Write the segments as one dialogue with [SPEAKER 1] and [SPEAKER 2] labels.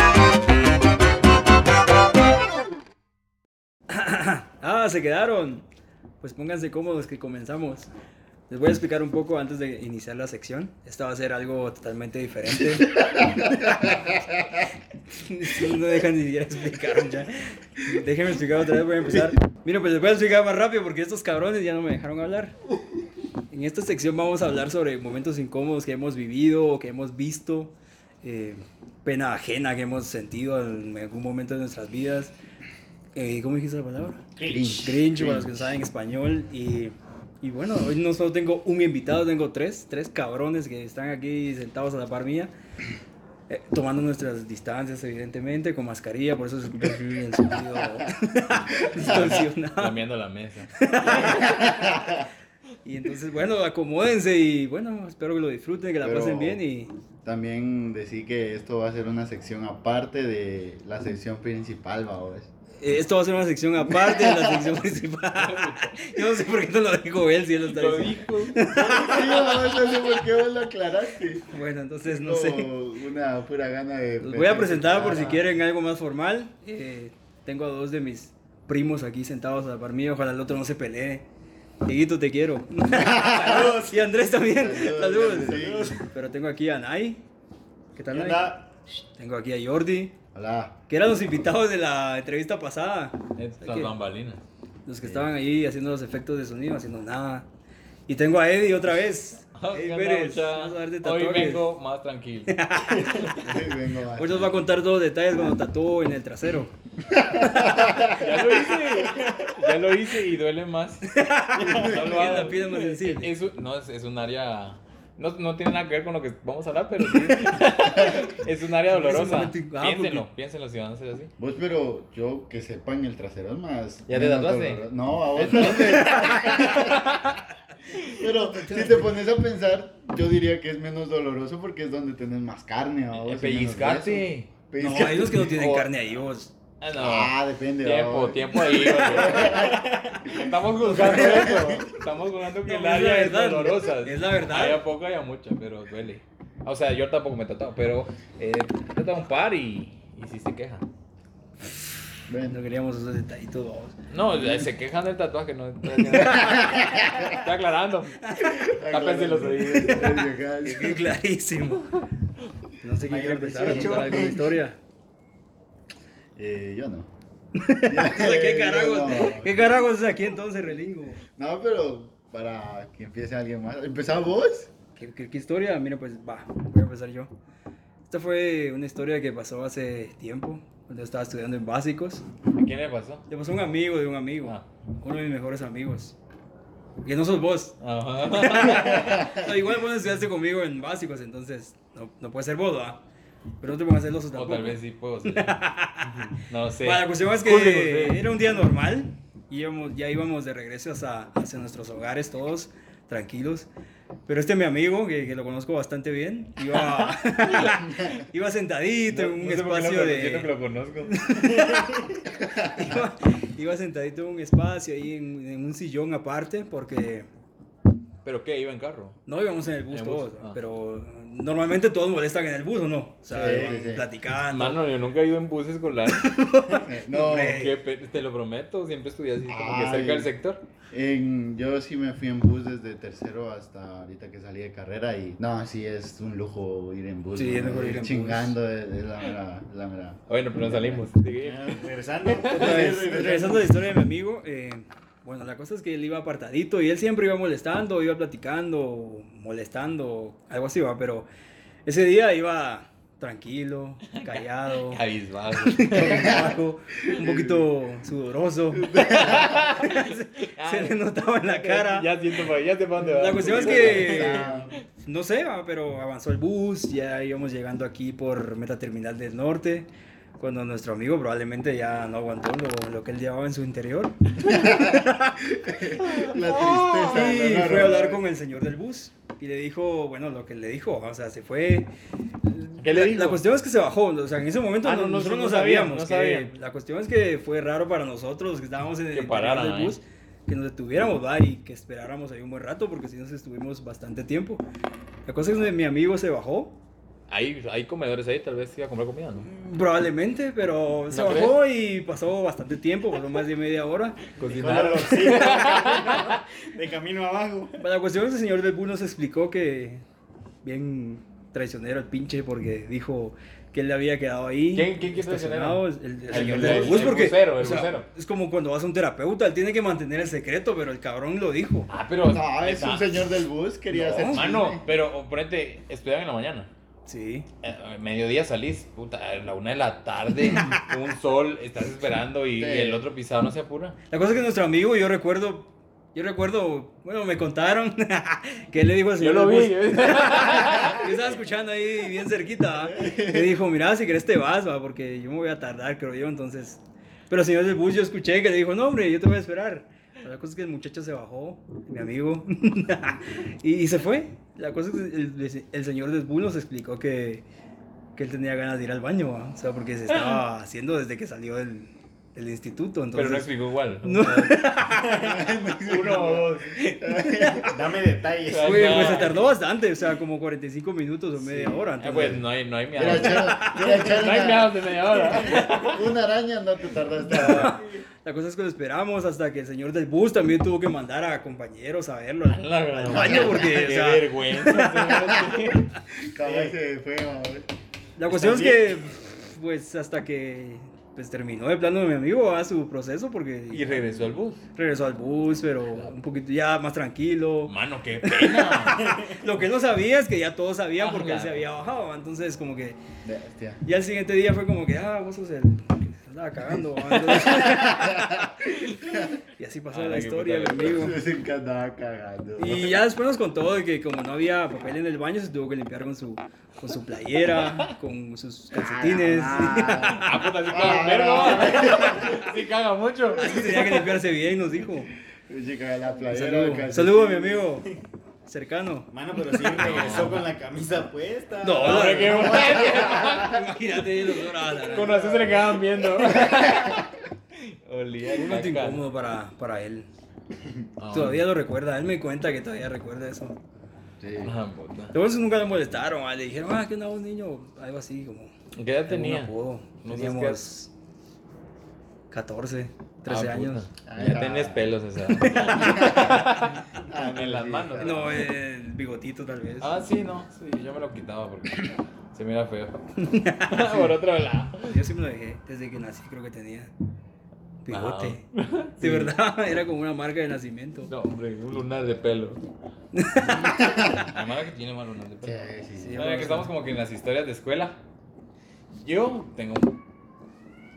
[SPEAKER 1] temas Ah, se quedaron, pues pónganse cómodos que comenzamos. Les voy a explicar un poco antes de iniciar la sección. Esta va a ser algo totalmente diferente. no dejan ni siquiera explicar ya. Déjenme explicar otra vez, voy a empezar. Mira, pues les voy a explicar más rápido porque estos cabrones ya no me dejaron hablar. En esta sección vamos a hablar sobre momentos incómodos que hemos vivido o que hemos visto, eh, pena ajena que hemos sentido en algún momento de nuestras vidas. Eh, ¿Cómo dijiste la palabra?
[SPEAKER 2] Cringe.
[SPEAKER 1] Cringe, para los que no saben español. Y, y bueno, hoy no solo tengo un invitado, tengo tres, tres cabrones que están aquí sentados a la par mía. eh, tomando nuestras distancias, evidentemente, con mascarilla, por eso se escucha así el sonido distorsionado.
[SPEAKER 3] Cambiando la mesa.
[SPEAKER 1] Y entonces, bueno, acomódense y bueno, espero que lo disfruten, que la
[SPEAKER 2] Pero-
[SPEAKER 1] pasen bien y
[SPEAKER 2] También decir que esto va a ser una sección aparte de la sección principal, babos.
[SPEAKER 1] eh, esto va a ser una sección aparte de la sección principal. Yo no sé por qué no lo dijo él si él lo está
[SPEAKER 3] Lo
[SPEAKER 1] diciendo.
[SPEAKER 3] dijo.
[SPEAKER 2] Sí, babos, no sé por qué vos lo aclaraste.
[SPEAKER 1] Bueno, entonces no sé.
[SPEAKER 2] Como Una pura gana de.
[SPEAKER 1] Los voy a presentar por
[SPEAKER 2] Ah,
[SPEAKER 1] si quieren algo más formal. Eh, tengo a dos de mis primos aquí sentados a la par mío, ojalá el otro no se pelee. Dieguito, te quiero. Saludos. Y Andrés también. Saludos.
[SPEAKER 2] Saludos, Andrés.
[SPEAKER 1] saludos. Pero tengo aquí a Nay. ¿Qué tal,
[SPEAKER 2] ¿Qué
[SPEAKER 1] Nay?
[SPEAKER 2] onda?
[SPEAKER 1] Tengo aquí a Jordi.
[SPEAKER 2] Hola.
[SPEAKER 1] que eran los invitados de la entrevista pasada.
[SPEAKER 3] Estas bambalinas.
[SPEAKER 1] Los que estaban ahí haciendo los efectos de sonido, haciendo nada. Y tengo a Eddie otra vez. Eddie Pérez, vamos a hablar de
[SPEAKER 3] Hoy
[SPEAKER 1] tatuajes.
[SPEAKER 3] vengo más tranquilo.
[SPEAKER 2] Vengo
[SPEAKER 1] Hoy nos va a contar todos los detalles cuando tatuó en el trasero.
[SPEAKER 3] Ya lo hice. Ya lo hice y duele más. No lo
[SPEAKER 1] Es la
[SPEAKER 3] hagas.
[SPEAKER 1] piel más sensible.
[SPEAKER 3] Es, un- no, es, es un área. No, no tiene nada que ver con lo que vamos a hablar, pero sí. es un área
[SPEAKER 1] Es un
[SPEAKER 3] dolorosa.
[SPEAKER 1] momento- ah,
[SPEAKER 3] piénsenlo,
[SPEAKER 1] porque-
[SPEAKER 3] piénsenlo si van a ser así.
[SPEAKER 2] Vos, pero yo que sepa en el trasero es más.
[SPEAKER 3] ¿Ya te
[SPEAKER 2] menos
[SPEAKER 3] tatuaste?
[SPEAKER 2] doloroso. No, a vos no. Pero si te pones a pensar, yo diría que es menos doloroso porque es donde tenés más carne. ¿va vos?
[SPEAKER 3] Eh,
[SPEAKER 2] Y menos hueso.
[SPEAKER 3] Pellizcate.
[SPEAKER 1] No,
[SPEAKER 2] Pellizcate.
[SPEAKER 1] hay los que no tienen
[SPEAKER 3] O-
[SPEAKER 1] carne ahí, vos.
[SPEAKER 3] Ah, no.
[SPEAKER 2] Ah, depende. ¿va
[SPEAKER 3] Tiempo,
[SPEAKER 2] vos?
[SPEAKER 3] tiempo ahí, güey. Estamos juzgando eso. Estamos juzgando
[SPEAKER 1] No,
[SPEAKER 3] que el
[SPEAKER 1] es
[SPEAKER 3] área
[SPEAKER 1] la
[SPEAKER 3] es
[SPEAKER 1] verdad.
[SPEAKER 3] dolorosa.
[SPEAKER 1] Es la verdad.
[SPEAKER 3] Hay a poca y a mucha, pero duele. O sea, yo tampoco me he tratado, pero eh, he tratado un par y, y sí se quejan.
[SPEAKER 1] No
[SPEAKER 2] Bueno,
[SPEAKER 1] queríamos esos detallitos, vos.
[SPEAKER 3] No, eh, se quejan del tatuaje, no. Está aclarando. Tápense los oídos.
[SPEAKER 1] Qué clarísimo. No sé quién quiere empezar a
[SPEAKER 2] dieciocho.
[SPEAKER 1] contar alguna historia.
[SPEAKER 2] Eh, yo no.
[SPEAKER 1] ¿Qué
[SPEAKER 2] Yo
[SPEAKER 1] carajos?
[SPEAKER 2] no.
[SPEAKER 1] ¿Qué carajos es aquí entonces, relingo?
[SPEAKER 2] No, pero para que empiece alguien más. ¿Empezás vos?
[SPEAKER 1] ¿Qué, qué- qué historia? Mira, pues va, voy a empezar yo. Esta fue una historia que pasó hace tiempo, cuando estaba estudiando en básicos.
[SPEAKER 3] ¿A quién le pasó?
[SPEAKER 1] Le pasó a un amigo de un amigo,
[SPEAKER 3] Ah.
[SPEAKER 1] uno de mis mejores amigos. Que no sos vos.
[SPEAKER 3] Ajá.
[SPEAKER 1] No, igual vos estudiaste conmigo en básicos, entonces no, no puede ser vos, ¿va? Pero no te pongas celoso
[SPEAKER 3] O
[SPEAKER 1] tampoco.
[SPEAKER 3] tal vez sí puedo ser. No sé.
[SPEAKER 1] Bueno, la cuestión es
[SPEAKER 3] Júzguenlo,
[SPEAKER 1] que
[SPEAKER 3] sí.
[SPEAKER 1] era un día normal, íbamos, ya íbamos de regreso hacia, hacia nuestros hogares todos, tranquilos. Pero este mi amigo, que, que lo conozco bastante bien, iba, iba sentadito en un
[SPEAKER 3] sé por qué
[SPEAKER 1] espacio
[SPEAKER 3] lo- Siento que
[SPEAKER 1] de...
[SPEAKER 3] lo conozco.
[SPEAKER 1] Iba, iba sentadito en un espacio ahí en, en un sillón aparte, porque
[SPEAKER 3] ¿Pero qué? ¿Iba en carro?
[SPEAKER 1] no íbamos en el bus
[SPEAKER 3] En bus,
[SPEAKER 1] todos,
[SPEAKER 3] ah.
[SPEAKER 1] pero normalmente todos molestan en el bus, ¿o no? O sea,
[SPEAKER 2] Sí,
[SPEAKER 1] van
[SPEAKER 2] sí, sí.
[SPEAKER 1] platicando.
[SPEAKER 3] Mano, yo nunca he ido en bus escolar.
[SPEAKER 2] Eh, No,
[SPEAKER 1] Hombre.
[SPEAKER 3] Qué pe- te lo prometo, siempre estudié así como que
[SPEAKER 2] Ay.
[SPEAKER 3] cerca del sector.
[SPEAKER 2] en- yo sí me fui en bus desde tercero hasta ahorita que salí de carrera y no, sí es un lujo ir en bus.
[SPEAKER 1] Sí,
[SPEAKER 2] ¿no?
[SPEAKER 1] es mejor ir en
[SPEAKER 2] Chingando es- es la mera, la mera.
[SPEAKER 3] Bueno, pero nos salimos.
[SPEAKER 4] Regresando.
[SPEAKER 1] Otra vez, regresando a la historia de mi amigo, eh, bueno, la cosa es que él iba apartadito y él siempre iba molestando, iba platicando, molestando, algo así va, pero ese día iba tranquilo, callado,
[SPEAKER 3] Cabizbajo.
[SPEAKER 1] cabizbajo, un poquito sudoroso, se le notaba en la cara.
[SPEAKER 3] Ya siento para ya sé para dónde va.
[SPEAKER 1] La cuestión es
[SPEAKER 2] Ah,
[SPEAKER 1] que, no sé, va, pero avanzó el bus, ya íbamos llegando aquí por Meta Terminal del Norte, cuando nuestro amigo probablemente ya no aguantó lo, lo que él llevaba en su interior.
[SPEAKER 2] La tristeza.
[SPEAKER 1] Y
[SPEAKER 2] no, no, no,
[SPEAKER 1] fue a hablar
[SPEAKER 2] no.
[SPEAKER 1] con el señor del bus y le dijo, bueno, lo que le dijo, o sea, se fue.
[SPEAKER 3] ¿Qué le
[SPEAKER 1] La-
[SPEAKER 3] dijo?
[SPEAKER 1] La cuestión es que se bajó, o sea, en ese momento
[SPEAKER 3] Ah,
[SPEAKER 1] no-
[SPEAKER 3] no, no,
[SPEAKER 1] nosotros
[SPEAKER 3] no
[SPEAKER 1] no sabíamos.
[SPEAKER 3] sabíamos, no
[SPEAKER 1] que-
[SPEAKER 3] sabíamos.
[SPEAKER 1] la cuestión es que fue raro para nosotros los que estábamos en el
[SPEAKER 3] Que
[SPEAKER 1] interior
[SPEAKER 3] pararan
[SPEAKER 1] del
[SPEAKER 3] ahí.
[SPEAKER 1] bus que nos detuviéramos, va, y que esperáramos ahí un buen rato porque si nos estuvimos bastante tiempo. La cosa es que mi amigo se bajó
[SPEAKER 3] Hay, hay comedores ahí, tal vez iba a comprar comida, ¿no?
[SPEAKER 2] Mm.
[SPEAKER 1] Probablemente, pero se
[SPEAKER 3] ¿No
[SPEAKER 1] bajó y pasó bastante tiempo, pasó más de media hora.
[SPEAKER 3] Cocinar.
[SPEAKER 2] de camino abajo.
[SPEAKER 1] Para la cuestión, ese señor del Bull nos explicó que bien traicionero el pinche porque dijo que él le había quedado ahí.
[SPEAKER 3] ¿Quién- quién que es
[SPEAKER 1] estacionado, El, el señor
[SPEAKER 3] el-
[SPEAKER 1] del
[SPEAKER 3] el
[SPEAKER 1] bus, porque
[SPEAKER 3] busero, el
[SPEAKER 1] o sea,
[SPEAKER 3] busero.
[SPEAKER 1] es como cuando vas a un terapeuta, él tiene que mantener el secreto, pero el cabrón lo dijo.
[SPEAKER 3] Ah, pero.
[SPEAKER 2] No, es
[SPEAKER 3] está-
[SPEAKER 2] un señor del bus, quería
[SPEAKER 1] No,
[SPEAKER 2] hacer
[SPEAKER 3] Ah,
[SPEAKER 2] chisme.
[SPEAKER 3] Mano, pero o, ponete, estudiar en la mañana.
[SPEAKER 1] Sí.
[SPEAKER 3] Eh, a Mediodía salís, puta, a la una de la tarde, un sol, estás esperando y,
[SPEAKER 2] Sí.
[SPEAKER 3] y el otro pisado no se apura.
[SPEAKER 1] La cosa es que nuestro amigo, yo recuerdo, yo recuerdo, bueno, me contaron que él le dijo al señor del bus- Yo estaba escuchando ahí bien cerquita. ¿va? Me dijo, mira, si querés te vas, va, porque yo me voy a tardar, creo yo, entonces. Pero señor del bus, yo escuché que le dijo, no, hombre, yo te voy a esperar. Pero La cosa es que el muchacho se bajó, mi amigo, y, y se fue. La cosa es que el, el señor del bus nos explicó que, que él tenía ganas de ir al baño, ¿va? o sea, porque se estaba haciendo desde que salió del, del instituto.
[SPEAKER 3] Pero no
[SPEAKER 1] Entonces,
[SPEAKER 3] explicó igual.
[SPEAKER 1] No.
[SPEAKER 3] Uno o dos.
[SPEAKER 2] Dame detalles.
[SPEAKER 3] Claro.
[SPEAKER 1] Güey, pues se tardó bastante, o sea, como 45 minutos o media hora.
[SPEAKER 3] Ah,
[SPEAKER 1] entonces-
[SPEAKER 3] pues no hay, no hay miedo.
[SPEAKER 2] Mira, Charo, mira, Charo,
[SPEAKER 3] No hay
[SPEAKER 2] una,
[SPEAKER 3] miedo de media hora.
[SPEAKER 2] una araña no te tardaste. nada.
[SPEAKER 1] La cosa es que lo esperamos hasta que el señor del bus también tuvo que mandar a compañeros a verlo al,
[SPEAKER 3] La
[SPEAKER 1] al
[SPEAKER 3] gran-
[SPEAKER 1] baño porque, o
[SPEAKER 3] Qué
[SPEAKER 1] sea,
[SPEAKER 3] vergüenza. señor.
[SPEAKER 2] Cabrón, se fue, mamá.
[SPEAKER 1] la cuestión es que, pues, hasta que pues, terminó de plano mi amigo a su proceso
[SPEAKER 3] Y
[SPEAKER 1] porque
[SPEAKER 3] regresó al bus.
[SPEAKER 1] regresó al bus, pero un poquito ya más tranquilo.
[SPEAKER 3] Mano, qué pena.
[SPEAKER 1] Lo que él no sabía es que ya todos sabían
[SPEAKER 3] Ah,
[SPEAKER 1] porque él se
[SPEAKER 3] claro.
[SPEAKER 1] había bajado, entonces como que
[SPEAKER 2] Bestia.
[SPEAKER 1] ya el siguiente día fue como que, ah, vos sos el que se andaba cagando. ah, entonces- y así pasó
[SPEAKER 3] Ah,
[SPEAKER 1] la
[SPEAKER 3] qué
[SPEAKER 1] historia, mi
[SPEAKER 3] puta
[SPEAKER 1] amigo.
[SPEAKER 2] Dicen que andaba cagando.
[SPEAKER 1] Y ya después nos contó de que como no había papel en el baño, se tuvo que limpiar con su, con su playera, con sus calcetines.
[SPEAKER 2] Ah,
[SPEAKER 3] Ah, puta, sí
[SPEAKER 2] Ah,
[SPEAKER 3] caga, pero. Sí caga mucho.
[SPEAKER 1] Así tenía que limpiarse bien, nos dijo.
[SPEAKER 2] chica de la
[SPEAKER 1] Un
[SPEAKER 2] playera.
[SPEAKER 1] saludo,
[SPEAKER 2] casi.
[SPEAKER 1] saludo a mi amigo cercano.
[SPEAKER 4] Mano, pero sí regresó con la camisa puesta.
[SPEAKER 1] No,
[SPEAKER 3] Ah,
[SPEAKER 1] no,
[SPEAKER 3] qué bueno.
[SPEAKER 1] Imagínate, los
[SPEAKER 3] Con
[SPEAKER 1] horas.
[SPEAKER 3] razón se le quedaban viendo. Olía.
[SPEAKER 1] Un momento
[SPEAKER 3] caca.
[SPEAKER 1] incómodo para, para él.
[SPEAKER 3] Ah.
[SPEAKER 1] Todavía lo recuerda, él me cuenta que todavía recuerda eso.
[SPEAKER 2] Sí.
[SPEAKER 3] Ah, puta.
[SPEAKER 1] Entonces nunca le molestaron, ah, le dijeron, ah, que andaba un niño, algo así como.
[SPEAKER 3] ¿Qué edad
[SPEAKER 1] algún
[SPEAKER 3] tenía?
[SPEAKER 1] apodo.
[SPEAKER 3] No seas
[SPEAKER 1] Teníamos 14, 13
[SPEAKER 3] Ah,
[SPEAKER 1] años.
[SPEAKER 3] puta.
[SPEAKER 2] Ah,
[SPEAKER 3] Ya
[SPEAKER 2] era-
[SPEAKER 3] tenés pelos esa.
[SPEAKER 2] Ah,
[SPEAKER 3] en las
[SPEAKER 2] sí.
[SPEAKER 3] manos.
[SPEAKER 1] No, el bigotito tal vez.
[SPEAKER 3] Ah, sí, no. Sí, yo me lo quitaba porque se mira feo. Por otro lado.
[SPEAKER 1] Yo sí me lo dejé desde que nací, creo que tenía bigote. De verdad, era como una marca de nacimiento.
[SPEAKER 3] No, hombre, un lunar de pelo. La mala que tiene más lunar de pelo.
[SPEAKER 2] Sí, sí, sí.
[SPEAKER 1] Sí.
[SPEAKER 3] No, ya que estamos como que en las historias de escuela. Yo tengo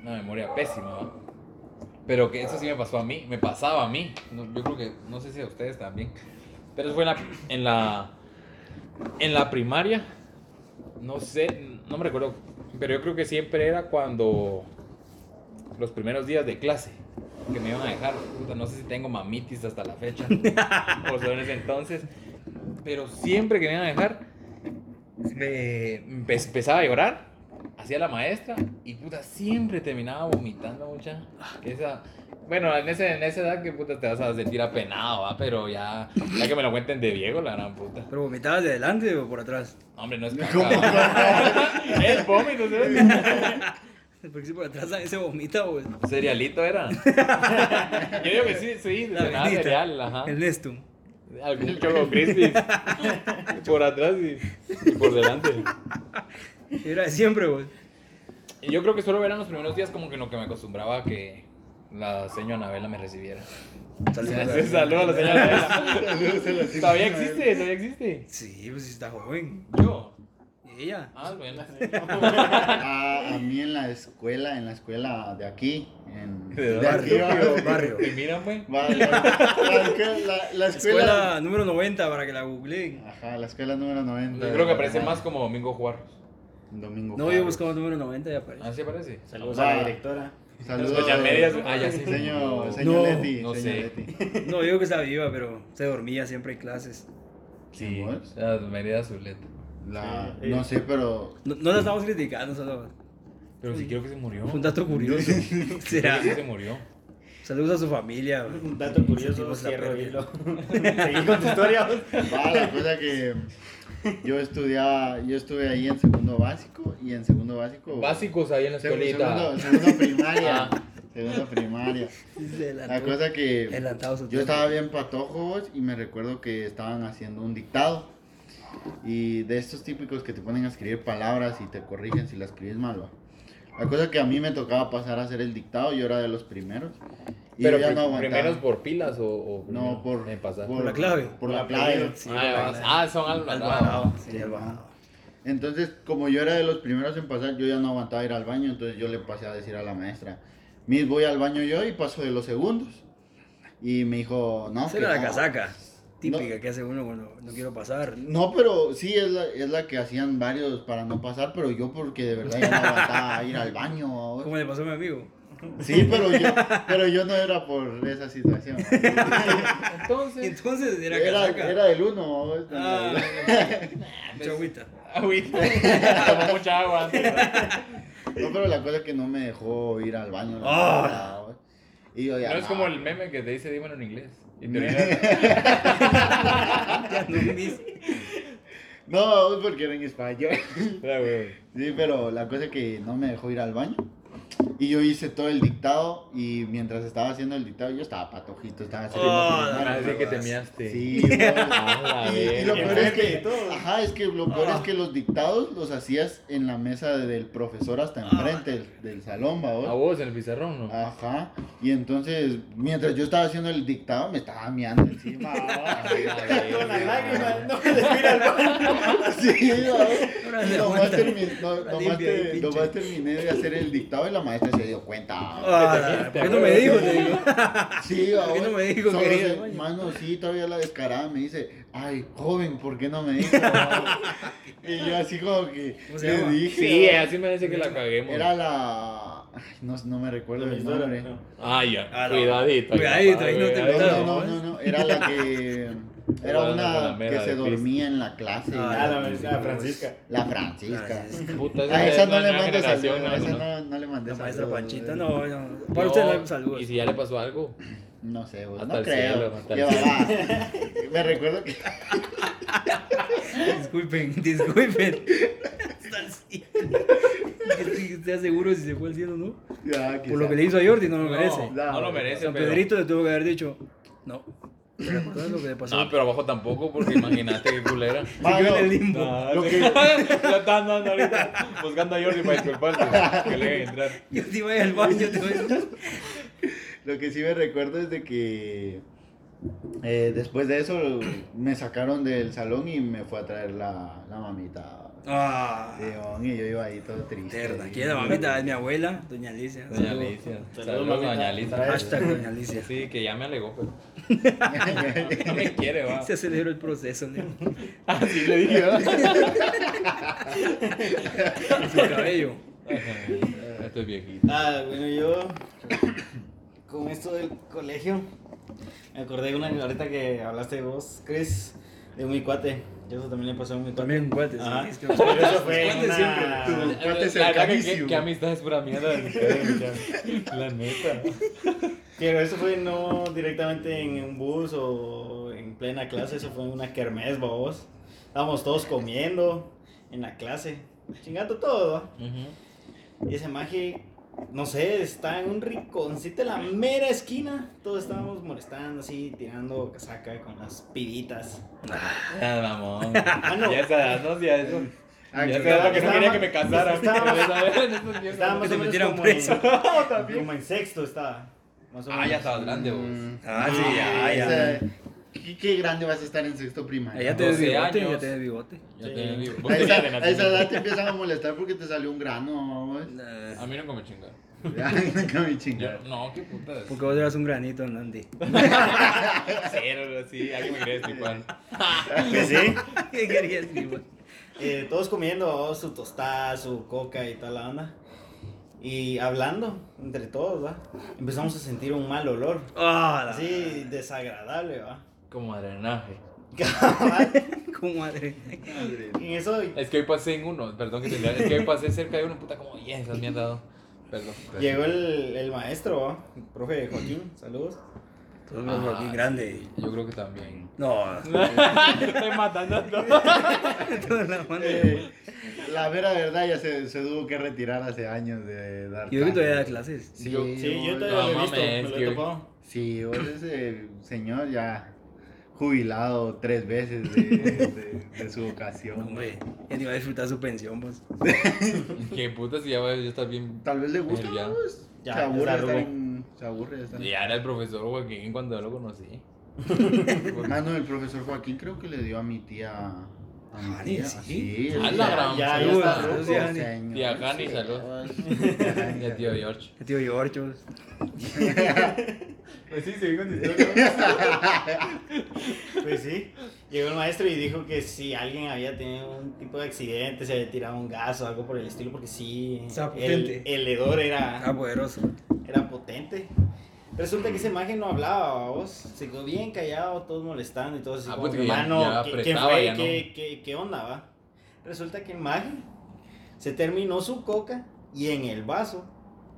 [SPEAKER 3] una memoria pésima, ¿va? pero que eso sí me pasó a mí, me pasaba a mí. No, yo creo que no sé si a ustedes también, pero eso fue en la en la, en la primaria. No sé, no me recuerdo, pero yo creo que siempre era cuando los primeros días de clase que me iban a dejar. Puta, no sé si tengo mamitis hasta la fecha o sea, en ese entonces, pero siempre que me iban a dejar me empe- empezaba a llorar hacía la maestra y puta siempre terminaba vomitando mucha Que esa bueno en, ese, en esa edad que puta te vas a sentir apenado ¿va? pero ya ya que me lo cuenten de viejo la gran puta
[SPEAKER 1] ¿Pero vomitabas de adelante o por atrás?
[SPEAKER 3] hombre no es caca,
[SPEAKER 2] ¿Cómo?
[SPEAKER 3] ¿va? es vómito ¿sabes?
[SPEAKER 1] Porque si por atrás a se vomita pues. o el,
[SPEAKER 3] cerealito era yo digo que sí sí
[SPEAKER 1] La
[SPEAKER 3] cenaba
[SPEAKER 1] bendita.
[SPEAKER 3] cereal ajá
[SPEAKER 1] el Nestum.
[SPEAKER 3] algún choco crispy por atrás y- y por delante
[SPEAKER 1] Era de siempre, pues. güey.
[SPEAKER 3] Y Yo creo que solo eran los primeros días como que en lo que me acostumbraba a que la señora Anabela me recibiera. Entonces, Saludos a la señora Anabela.
[SPEAKER 2] Saludos a la señora.
[SPEAKER 3] Todavía existe, todavía existe.
[SPEAKER 1] Sí, pues sí está joven.
[SPEAKER 3] Yo.
[SPEAKER 1] ¿Y ella?
[SPEAKER 3] Ah, bueno.
[SPEAKER 2] A, a mí en la escuela, en la escuela de aquí, en,
[SPEAKER 3] De
[SPEAKER 2] aquí,
[SPEAKER 1] barrio,
[SPEAKER 2] va-
[SPEAKER 1] barrio.
[SPEAKER 3] Y pues. mira, güey.
[SPEAKER 2] va- la, la- la-
[SPEAKER 1] Escuela,
[SPEAKER 2] la escuela.
[SPEAKER 1] número 90 para que la googleen.
[SPEAKER 2] Ajá, la escuela número 90.
[SPEAKER 3] Yo creo que aparece más como Domingo Juárez.
[SPEAKER 2] Domingo.
[SPEAKER 1] No, yo buscaba número 90 y aparece.
[SPEAKER 3] Así aparece.
[SPEAKER 4] Saludos
[SPEAKER 3] Ah,
[SPEAKER 4] a la directora.
[SPEAKER 2] Saludos.
[SPEAKER 3] Escucha medias. Ah, ya sí.
[SPEAKER 2] Señor,
[SPEAKER 1] No,
[SPEAKER 2] señor Leti.
[SPEAKER 3] no
[SPEAKER 2] señor
[SPEAKER 3] sé.
[SPEAKER 2] Leti.
[SPEAKER 1] No, digo que estaba viva, pero se dormía siempre en clases.
[SPEAKER 3] Sí.
[SPEAKER 2] ¿Amor?
[SPEAKER 3] La Merida Zuleta.
[SPEAKER 2] La,
[SPEAKER 4] Sí.
[SPEAKER 2] no sé, pero.
[SPEAKER 1] No, no la estamos criticando, solo
[SPEAKER 3] Pero si quiero que se murió.
[SPEAKER 1] fue un dato curioso.
[SPEAKER 3] Creo
[SPEAKER 1] Será.
[SPEAKER 3] que sí se murió.
[SPEAKER 1] Saludos a su familia, güey.
[SPEAKER 4] Un dato curioso,
[SPEAKER 1] Sentimos la
[SPEAKER 4] cierro
[SPEAKER 1] pérdida.
[SPEAKER 4] hilo. Seguí con tu historia. vos.
[SPEAKER 2] Va, la cosa que. Yo estudiaba, yo estuve ahí en segundo básico y en segundo básico.
[SPEAKER 3] Básicos ahí en la
[SPEAKER 2] Segu-
[SPEAKER 3] escuelita.
[SPEAKER 2] Segundo, segundo primaria.
[SPEAKER 3] Ah.
[SPEAKER 2] Segundo primaria.
[SPEAKER 1] Se la
[SPEAKER 2] La
[SPEAKER 1] tuvo.
[SPEAKER 2] cosa que
[SPEAKER 1] Adelantado su
[SPEAKER 2] yo
[SPEAKER 1] tiempo.
[SPEAKER 2] estaba bien patojo vos, y me recuerdo que estaban haciendo un dictado. Y de estos típicos que te ponen a escribir palabras y te corrigen si las escribes mal. va. La cosa que a mí me tocaba pasar a hacer el dictado, yo era de los primeros. Y
[SPEAKER 3] Pero
[SPEAKER 2] yo ya no
[SPEAKER 3] pri-
[SPEAKER 2] aguantaba.
[SPEAKER 3] primeros por pilas o, o primero
[SPEAKER 2] No, por,
[SPEAKER 3] en pasar.
[SPEAKER 1] Por la clave.
[SPEAKER 2] Por la
[SPEAKER 4] Por
[SPEAKER 2] clave.
[SPEAKER 4] apellido.
[SPEAKER 1] Sí,
[SPEAKER 3] ah, ya vas. Ah, son al
[SPEAKER 1] Al
[SPEAKER 3] Alvarado.
[SPEAKER 1] bajado, sí, al bajado.
[SPEAKER 2] Entonces, como yo era de los primeros en pasar, yo ya no aguantaba ir al baño, entonces yo le pasé a decir a la maestra, Miss, voy al baño yo y paso de los segundos. Y me dijo, no,
[SPEAKER 1] Esa
[SPEAKER 2] que
[SPEAKER 1] era la
[SPEAKER 2] no".
[SPEAKER 1] casaca típica que hace uno cuando no quiero pasar.
[SPEAKER 2] No, pero sí, es la, es la que hacían varios para no pasar, pero yo porque de verdad yo no aguantaba ir al baño. ahora.
[SPEAKER 1] Como le pasó a mi amigo.
[SPEAKER 2] Sí, pero yo, pero yo no era por esa situación.
[SPEAKER 3] Entonces,
[SPEAKER 1] Entonces era
[SPEAKER 2] Era,
[SPEAKER 1] casaca.
[SPEAKER 2] era del uno. Este, ¿no?
[SPEAKER 1] Ah,
[SPEAKER 3] pues,
[SPEAKER 1] mucha agüita.
[SPEAKER 3] agüita. Tomó mucha agua antes. ¿verdad?
[SPEAKER 2] No, pero la cosa es que no me dejó ir al baño. la
[SPEAKER 1] Ah.
[SPEAKER 2] verdad, ¿no? Y yo ya,
[SPEAKER 3] No es
[SPEAKER 2] "No".
[SPEAKER 3] como el meme que te dice dímelo en inglés. Y te
[SPEAKER 2] No.
[SPEAKER 3] olvidas.
[SPEAKER 1] Ya no mis-
[SPEAKER 2] No, porque era en español.
[SPEAKER 3] Era, güey.
[SPEAKER 2] Sí, pero la cosa es que no me dejó ir al baño. Y yo hice todo el dictado y mientras estaba haciendo el dictado yo estaba patojito, estaba haciendo
[SPEAKER 1] Oh,
[SPEAKER 2] el
[SPEAKER 1] la
[SPEAKER 3] Ah,
[SPEAKER 2] primario.
[SPEAKER 3] Así que te miaste.
[SPEAKER 2] Sí, bro.
[SPEAKER 3] Ah, la
[SPEAKER 2] y, y
[SPEAKER 3] verga.
[SPEAKER 2] lo peor es
[SPEAKER 4] Enfrente de
[SPEAKER 2] que,
[SPEAKER 4] todos.
[SPEAKER 2] ajá, es que lo peor es que los dictados los hacías en la mesa del profesor hasta enfrente del, del salón, ¿va
[SPEAKER 3] A
[SPEAKER 2] vos?
[SPEAKER 3] vos en el pizarrón,
[SPEAKER 2] Ah,
[SPEAKER 3] ¿no?
[SPEAKER 2] Ajá. Y entonces, mientras yo estaba haciendo el dictado, me estaba meando encima.
[SPEAKER 3] Ah,
[SPEAKER 2] ¿va?
[SPEAKER 4] Con la lágrima, no me despira el
[SPEAKER 2] Sí,
[SPEAKER 1] Ahora
[SPEAKER 2] ¿va?
[SPEAKER 1] se
[SPEAKER 2] Y nomás,
[SPEAKER 1] aguanta.
[SPEAKER 2] termi- no-
[SPEAKER 1] Ahora
[SPEAKER 2] nomás
[SPEAKER 1] limpia
[SPEAKER 2] te-
[SPEAKER 1] ahí, pinche.
[SPEAKER 2] nomás terminé de hacer el dictado y la maestra se dio cuenta. ¿va?
[SPEAKER 1] Ah, ¿Por qué no me dijo? Te digo.
[SPEAKER 2] Sí,
[SPEAKER 1] ¿Por qué
[SPEAKER 2] ¿va?
[SPEAKER 1] no me dijo
[SPEAKER 2] Solo
[SPEAKER 1] que ir
[SPEAKER 2] se-
[SPEAKER 1] al baño?
[SPEAKER 2] Mano, sí, todavía la descarada me dice, ay, joven, ¿por qué no me dijo? y yo así como que
[SPEAKER 1] ¿Cómo se
[SPEAKER 2] le
[SPEAKER 1] llama?
[SPEAKER 2] dije.
[SPEAKER 3] Sí,
[SPEAKER 2] ¿va?
[SPEAKER 3] así me dice que la caguemos.
[SPEAKER 2] Era la... ay, no, no me recuerdo el nombre.
[SPEAKER 4] baño.
[SPEAKER 2] No,
[SPEAKER 3] Ah, ya.
[SPEAKER 1] Ah, no.
[SPEAKER 3] Cuidadito.
[SPEAKER 1] Cuidadito,
[SPEAKER 3] papá,
[SPEAKER 1] ahí no te
[SPEAKER 3] cuidadito.
[SPEAKER 1] metas.
[SPEAKER 2] no, no, no, no, Era la que... Era
[SPEAKER 3] Era una
[SPEAKER 2] una que
[SPEAKER 3] mera
[SPEAKER 2] se
[SPEAKER 3] de
[SPEAKER 2] dormía en la clase.
[SPEAKER 1] Ah,
[SPEAKER 4] Ah, la maestra Francisca.
[SPEAKER 2] La Francisca.
[SPEAKER 3] Puta,
[SPEAKER 2] A esa no le
[SPEAKER 3] mando
[SPEAKER 2] mandé saludos. A esa no, no le mandé
[SPEAKER 1] La maestra
[SPEAKER 2] saludos.
[SPEAKER 1] Panchita, no, no. Para usted no hay saludos.
[SPEAKER 3] Y si ya le pasó algo.
[SPEAKER 2] No sé, vos,
[SPEAKER 3] Hasta
[SPEAKER 2] no
[SPEAKER 3] el
[SPEAKER 2] creo.
[SPEAKER 3] cielo, hasta el
[SPEAKER 2] Llevaba- Me recuerdo que
[SPEAKER 1] Disculpen, disculpen. Hasta el cielo. ¿Estás seguro si se fue al cielo o no?
[SPEAKER 2] Ya,
[SPEAKER 1] Por lo
[SPEAKER 2] quizá.
[SPEAKER 1] que le hizo a Jordi, no lo merece.
[SPEAKER 3] No, no lo merece.
[SPEAKER 1] San
[SPEAKER 3] pero-
[SPEAKER 1] Pedrito pues, le tuvo que haber dicho, no. Pero ¿recuerdas lo que le pasó?
[SPEAKER 3] No, pero abajo tampoco, porque imagínate qué culera.
[SPEAKER 1] Se quedó en el limbo.
[SPEAKER 2] Mano, lo que-
[SPEAKER 3] La está andando ahorita buscando a Jordi para disculparse. Que le dejen entrar.
[SPEAKER 1] Yo te iba a ir al baño, te iba a ir-
[SPEAKER 2] Lo que sí me recuerdo es de que eh, después de eso me sacaron del salón y me fue a traer la, la mamita.
[SPEAKER 1] Ah,
[SPEAKER 2] Sí, mon, y yo iba ahí todo triste.
[SPEAKER 1] terna. ¿Quién es la mamita? Es mi abuela, doña Alicia.
[SPEAKER 3] Doña
[SPEAKER 1] Saludos.
[SPEAKER 3] Alicia.
[SPEAKER 4] Saludos,
[SPEAKER 3] Saludos,
[SPEAKER 4] mamita.
[SPEAKER 3] doña Alicia.
[SPEAKER 1] Hashtag doña Alicia.
[SPEAKER 3] Sí, que ya me alegó, pero. No me quiere, va.
[SPEAKER 1] Se aceleró el proceso, Leo.
[SPEAKER 3] Así le dije.
[SPEAKER 1] Su cabello.
[SPEAKER 3] Esto es viejito.
[SPEAKER 4] Ah, bueno, yo con esto del colegio me acordé de una ahorita que hablaste vos, Chris, de mi cuate. Yo eso también le pasó a mi cuate.
[SPEAKER 1] También un cuate, sí,
[SPEAKER 4] Ajá.
[SPEAKER 1] es que-
[SPEAKER 4] Pero eso
[SPEAKER 1] Los
[SPEAKER 4] fue
[SPEAKER 1] cuates
[SPEAKER 4] una-
[SPEAKER 2] siempre.
[SPEAKER 3] La
[SPEAKER 2] Cuate
[SPEAKER 3] verdad que- que,
[SPEAKER 2] cercanísimo.
[SPEAKER 3] que amistad es pura mierda de ustedes, muchachos. La neta.
[SPEAKER 4] Pero eso fue no directamente en un bus o en plena clase, eso fue en una kermés, vos. Estábamos todos comiendo en la clase, chingando todo. ¿va? Y ese maje, no sé, está en un rinconcito en la mera esquina. Todos estábamos molestando así, tirando casaca con las pibitas.
[SPEAKER 3] Ah, mamón.
[SPEAKER 4] no.
[SPEAKER 3] Ya se da, no, ya eso.
[SPEAKER 2] Ah,
[SPEAKER 3] ya
[SPEAKER 2] que
[SPEAKER 3] se da que no
[SPEAKER 4] estaba
[SPEAKER 3] quería
[SPEAKER 4] más-
[SPEAKER 3] que me casara.
[SPEAKER 4] estaba más- Estaba
[SPEAKER 1] Que
[SPEAKER 4] más
[SPEAKER 1] te
[SPEAKER 4] o menos
[SPEAKER 1] metieran
[SPEAKER 4] como
[SPEAKER 1] preso.
[SPEAKER 4] en, como en sexto estaba. Más o
[SPEAKER 3] Ah, ya
[SPEAKER 4] menos.
[SPEAKER 3] estabas grande, vos.
[SPEAKER 2] Mm,
[SPEAKER 1] Ah, sí, ya,
[SPEAKER 2] o
[SPEAKER 1] ya.
[SPEAKER 2] sea, ¿qué, qué grande vas a estar en sexto primaria.
[SPEAKER 1] Allá te ves
[SPEAKER 3] 12
[SPEAKER 1] bigote,
[SPEAKER 3] años.
[SPEAKER 1] ya te ves bigote.
[SPEAKER 3] Yo
[SPEAKER 4] Sí.
[SPEAKER 3] te digo.
[SPEAKER 2] A esa,
[SPEAKER 3] de
[SPEAKER 2] a esa
[SPEAKER 3] nacimiento.
[SPEAKER 2] edad te empiezan a molestar porque te salió un grano. vos.
[SPEAKER 3] A mí nunca me chingaron.
[SPEAKER 2] Ya, nunca me
[SPEAKER 3] Yo-
[SPEAKER 2] chingaron.
[SPEAKER 3] No, qué puta. es.
[SPEAKER 1] Porque vos eras un granito, Nandi.
[SPEAKER 3] Cero, así. Alguien me quería desigual.
[SPEAKER 4] Pues sí.
[SPEAKER 1] ¿Qué querías, mi güey?
[SPEAKER 4] Eh, todos comiendo oh, su tostada, su coca y tal la onda. Y hablando entre todos, ¿va? Empezamos a sentir un mal olor.
[SPEAKER 1] Ah, la-
[SPEAKER 4] Así desagradable, ¿va?
[SPEAKER 3] Como drenaje.
[SPEAKER 1] Como madre.
[SPEAKER 2] Madre.
[SPEAKER 4] en eso
[SPEAKER 3] Es que hoy pasé en uno, perdón que te diga, Es que hoy pasé cerca de uno, puta, como, yes, esas me han dado. Perdón.
[SPEAKER 4] llegó el, el maestro, ¿va? El profe Joaquín, saludos.
[SPEAKER 1] Sos un Joaquín grande.
[SPEAKER 3] Ah, Yo creo que también.
[SPEAKER 1] No,
[SPEAKER 5] Estoy matando a todos.
[SPEAKER 1] toda la mano.
[SPEAKER 2] Eh, la vera verdad ya se, se tuvo que retirar hace años de dar
[SPEAKER 1] Y yo que todavía da
[SPEAKER 2] clases.
[SPEAKER 1] clases.
[SPEAKER 2] Sí,
[SPEAKER 3] Yo-
[SPEAKER 4] Sí, yo todavía
[SPEAKER 3] No,
[SPEAKER 2] vos-
[SPEAKER 4] lo he visto,
[SPEAKER 3] mames,
[SPEAKER 4] me lo
[SPEAKER 3] que-
[SPEAKER 4] he topado.
[SPEAKER 2] Sí, vos ese señor ya jubilado tres veces de, de- de su
[SPEAKER 1] No,
[SPEAKER 2] vocación.
[SPEAKER 1] hombre, él iba a disfrutar su pensión, pues.
[SPEAKER 3] Qué puta si ya va ya está bien.
[SPEAKER 2] Tal vez le gusta,
[SPEAKER 3] Él ya-
[SPEAKER 2] pues,
[SPEAKER 4] Ya,
[SPEAKER 2] se aburre
[SPEAKER 4] ya
[SPEAKER 2] de
[SPEAKER 4] se
[SPEAKER 2] estar
[SPEAKER 4] arrugó.
[SPEAKER 2] en- Se aburre de estar en-
[SPEAKER 3] Ya era el profesor Joaquín cuando yo lo conocí.
[SPEAKER 2] Mano, Ah, el profesor Joaquín creo que le dio a mi tía. A
[SPEAKER 1] Ah,
[SPEAKER 2] mi tía.
[SPEAKER 1] ¿sí?
[SPEAKER 2] Sí,
[SPEAKER 3] A
[SPEAKER 2] el-
[SPEAKER 3] la
[SPEAKER 4] Ya- ya-
[SPEAKER 3] gran-
[SPEAKER 4] ya
[SPEAKER 1] Saludos,
[SPEAKER 4] está
[SPEAKER 1] saludos,
[SPEAKER 4] ruco.
[SPEAKER 1] ya.
[SPEAKER 2] señor,
[SPEAKER 3] Tía Jani,
[SPEAKER 2] sí.
[SPEAKER 3] salud.
[SPEAKER 2] Tía Jani,
[SPEAKER 3] Y a tío George.
[SPEAKER 1] El tío Yorchos.
[SPEAKER 5] Pues sí, seguí con tu
[SPEAKER 4] Pues sí, llegó el maestro y dijo que si alguien había tenido un tipo de accidente, se había tirado un gas o algo por el estilo, porque sí,
[SPEAKER 1] Estaba
[SPEAKER 4] el,
[SPEAKER 1] potente.
[SPEAKER 4] el hedor
[SPEAKER 1] Ah,
[SPEAKER 4] era,
[SPEAKER 1] poderoso.
[SPEAKER 4] era potente. Resulta que esa imagen no hablaba, vos. Se quedó bien callado, todos molestando y todos así
[SPEAKER 3] Ah,
[SPEAKER 4] como,
[SPEAKER 3] pues,
[SPEAKER 4] que,
[SPEAKER 3] que ya-
[SPEAKER 4] "Mano,
[SPEAKER 3] ya
[SPEAKER 4] ¿qué- ¿quién
[SPEAKER 3] apretaba,
[SPEAKER 4] fue?
[SPEAKER 3] ya no".
[SPEAKER 4] ¿Qué, qué, qué onda, va? Resulta que el maje se terminó su coca y en el vaso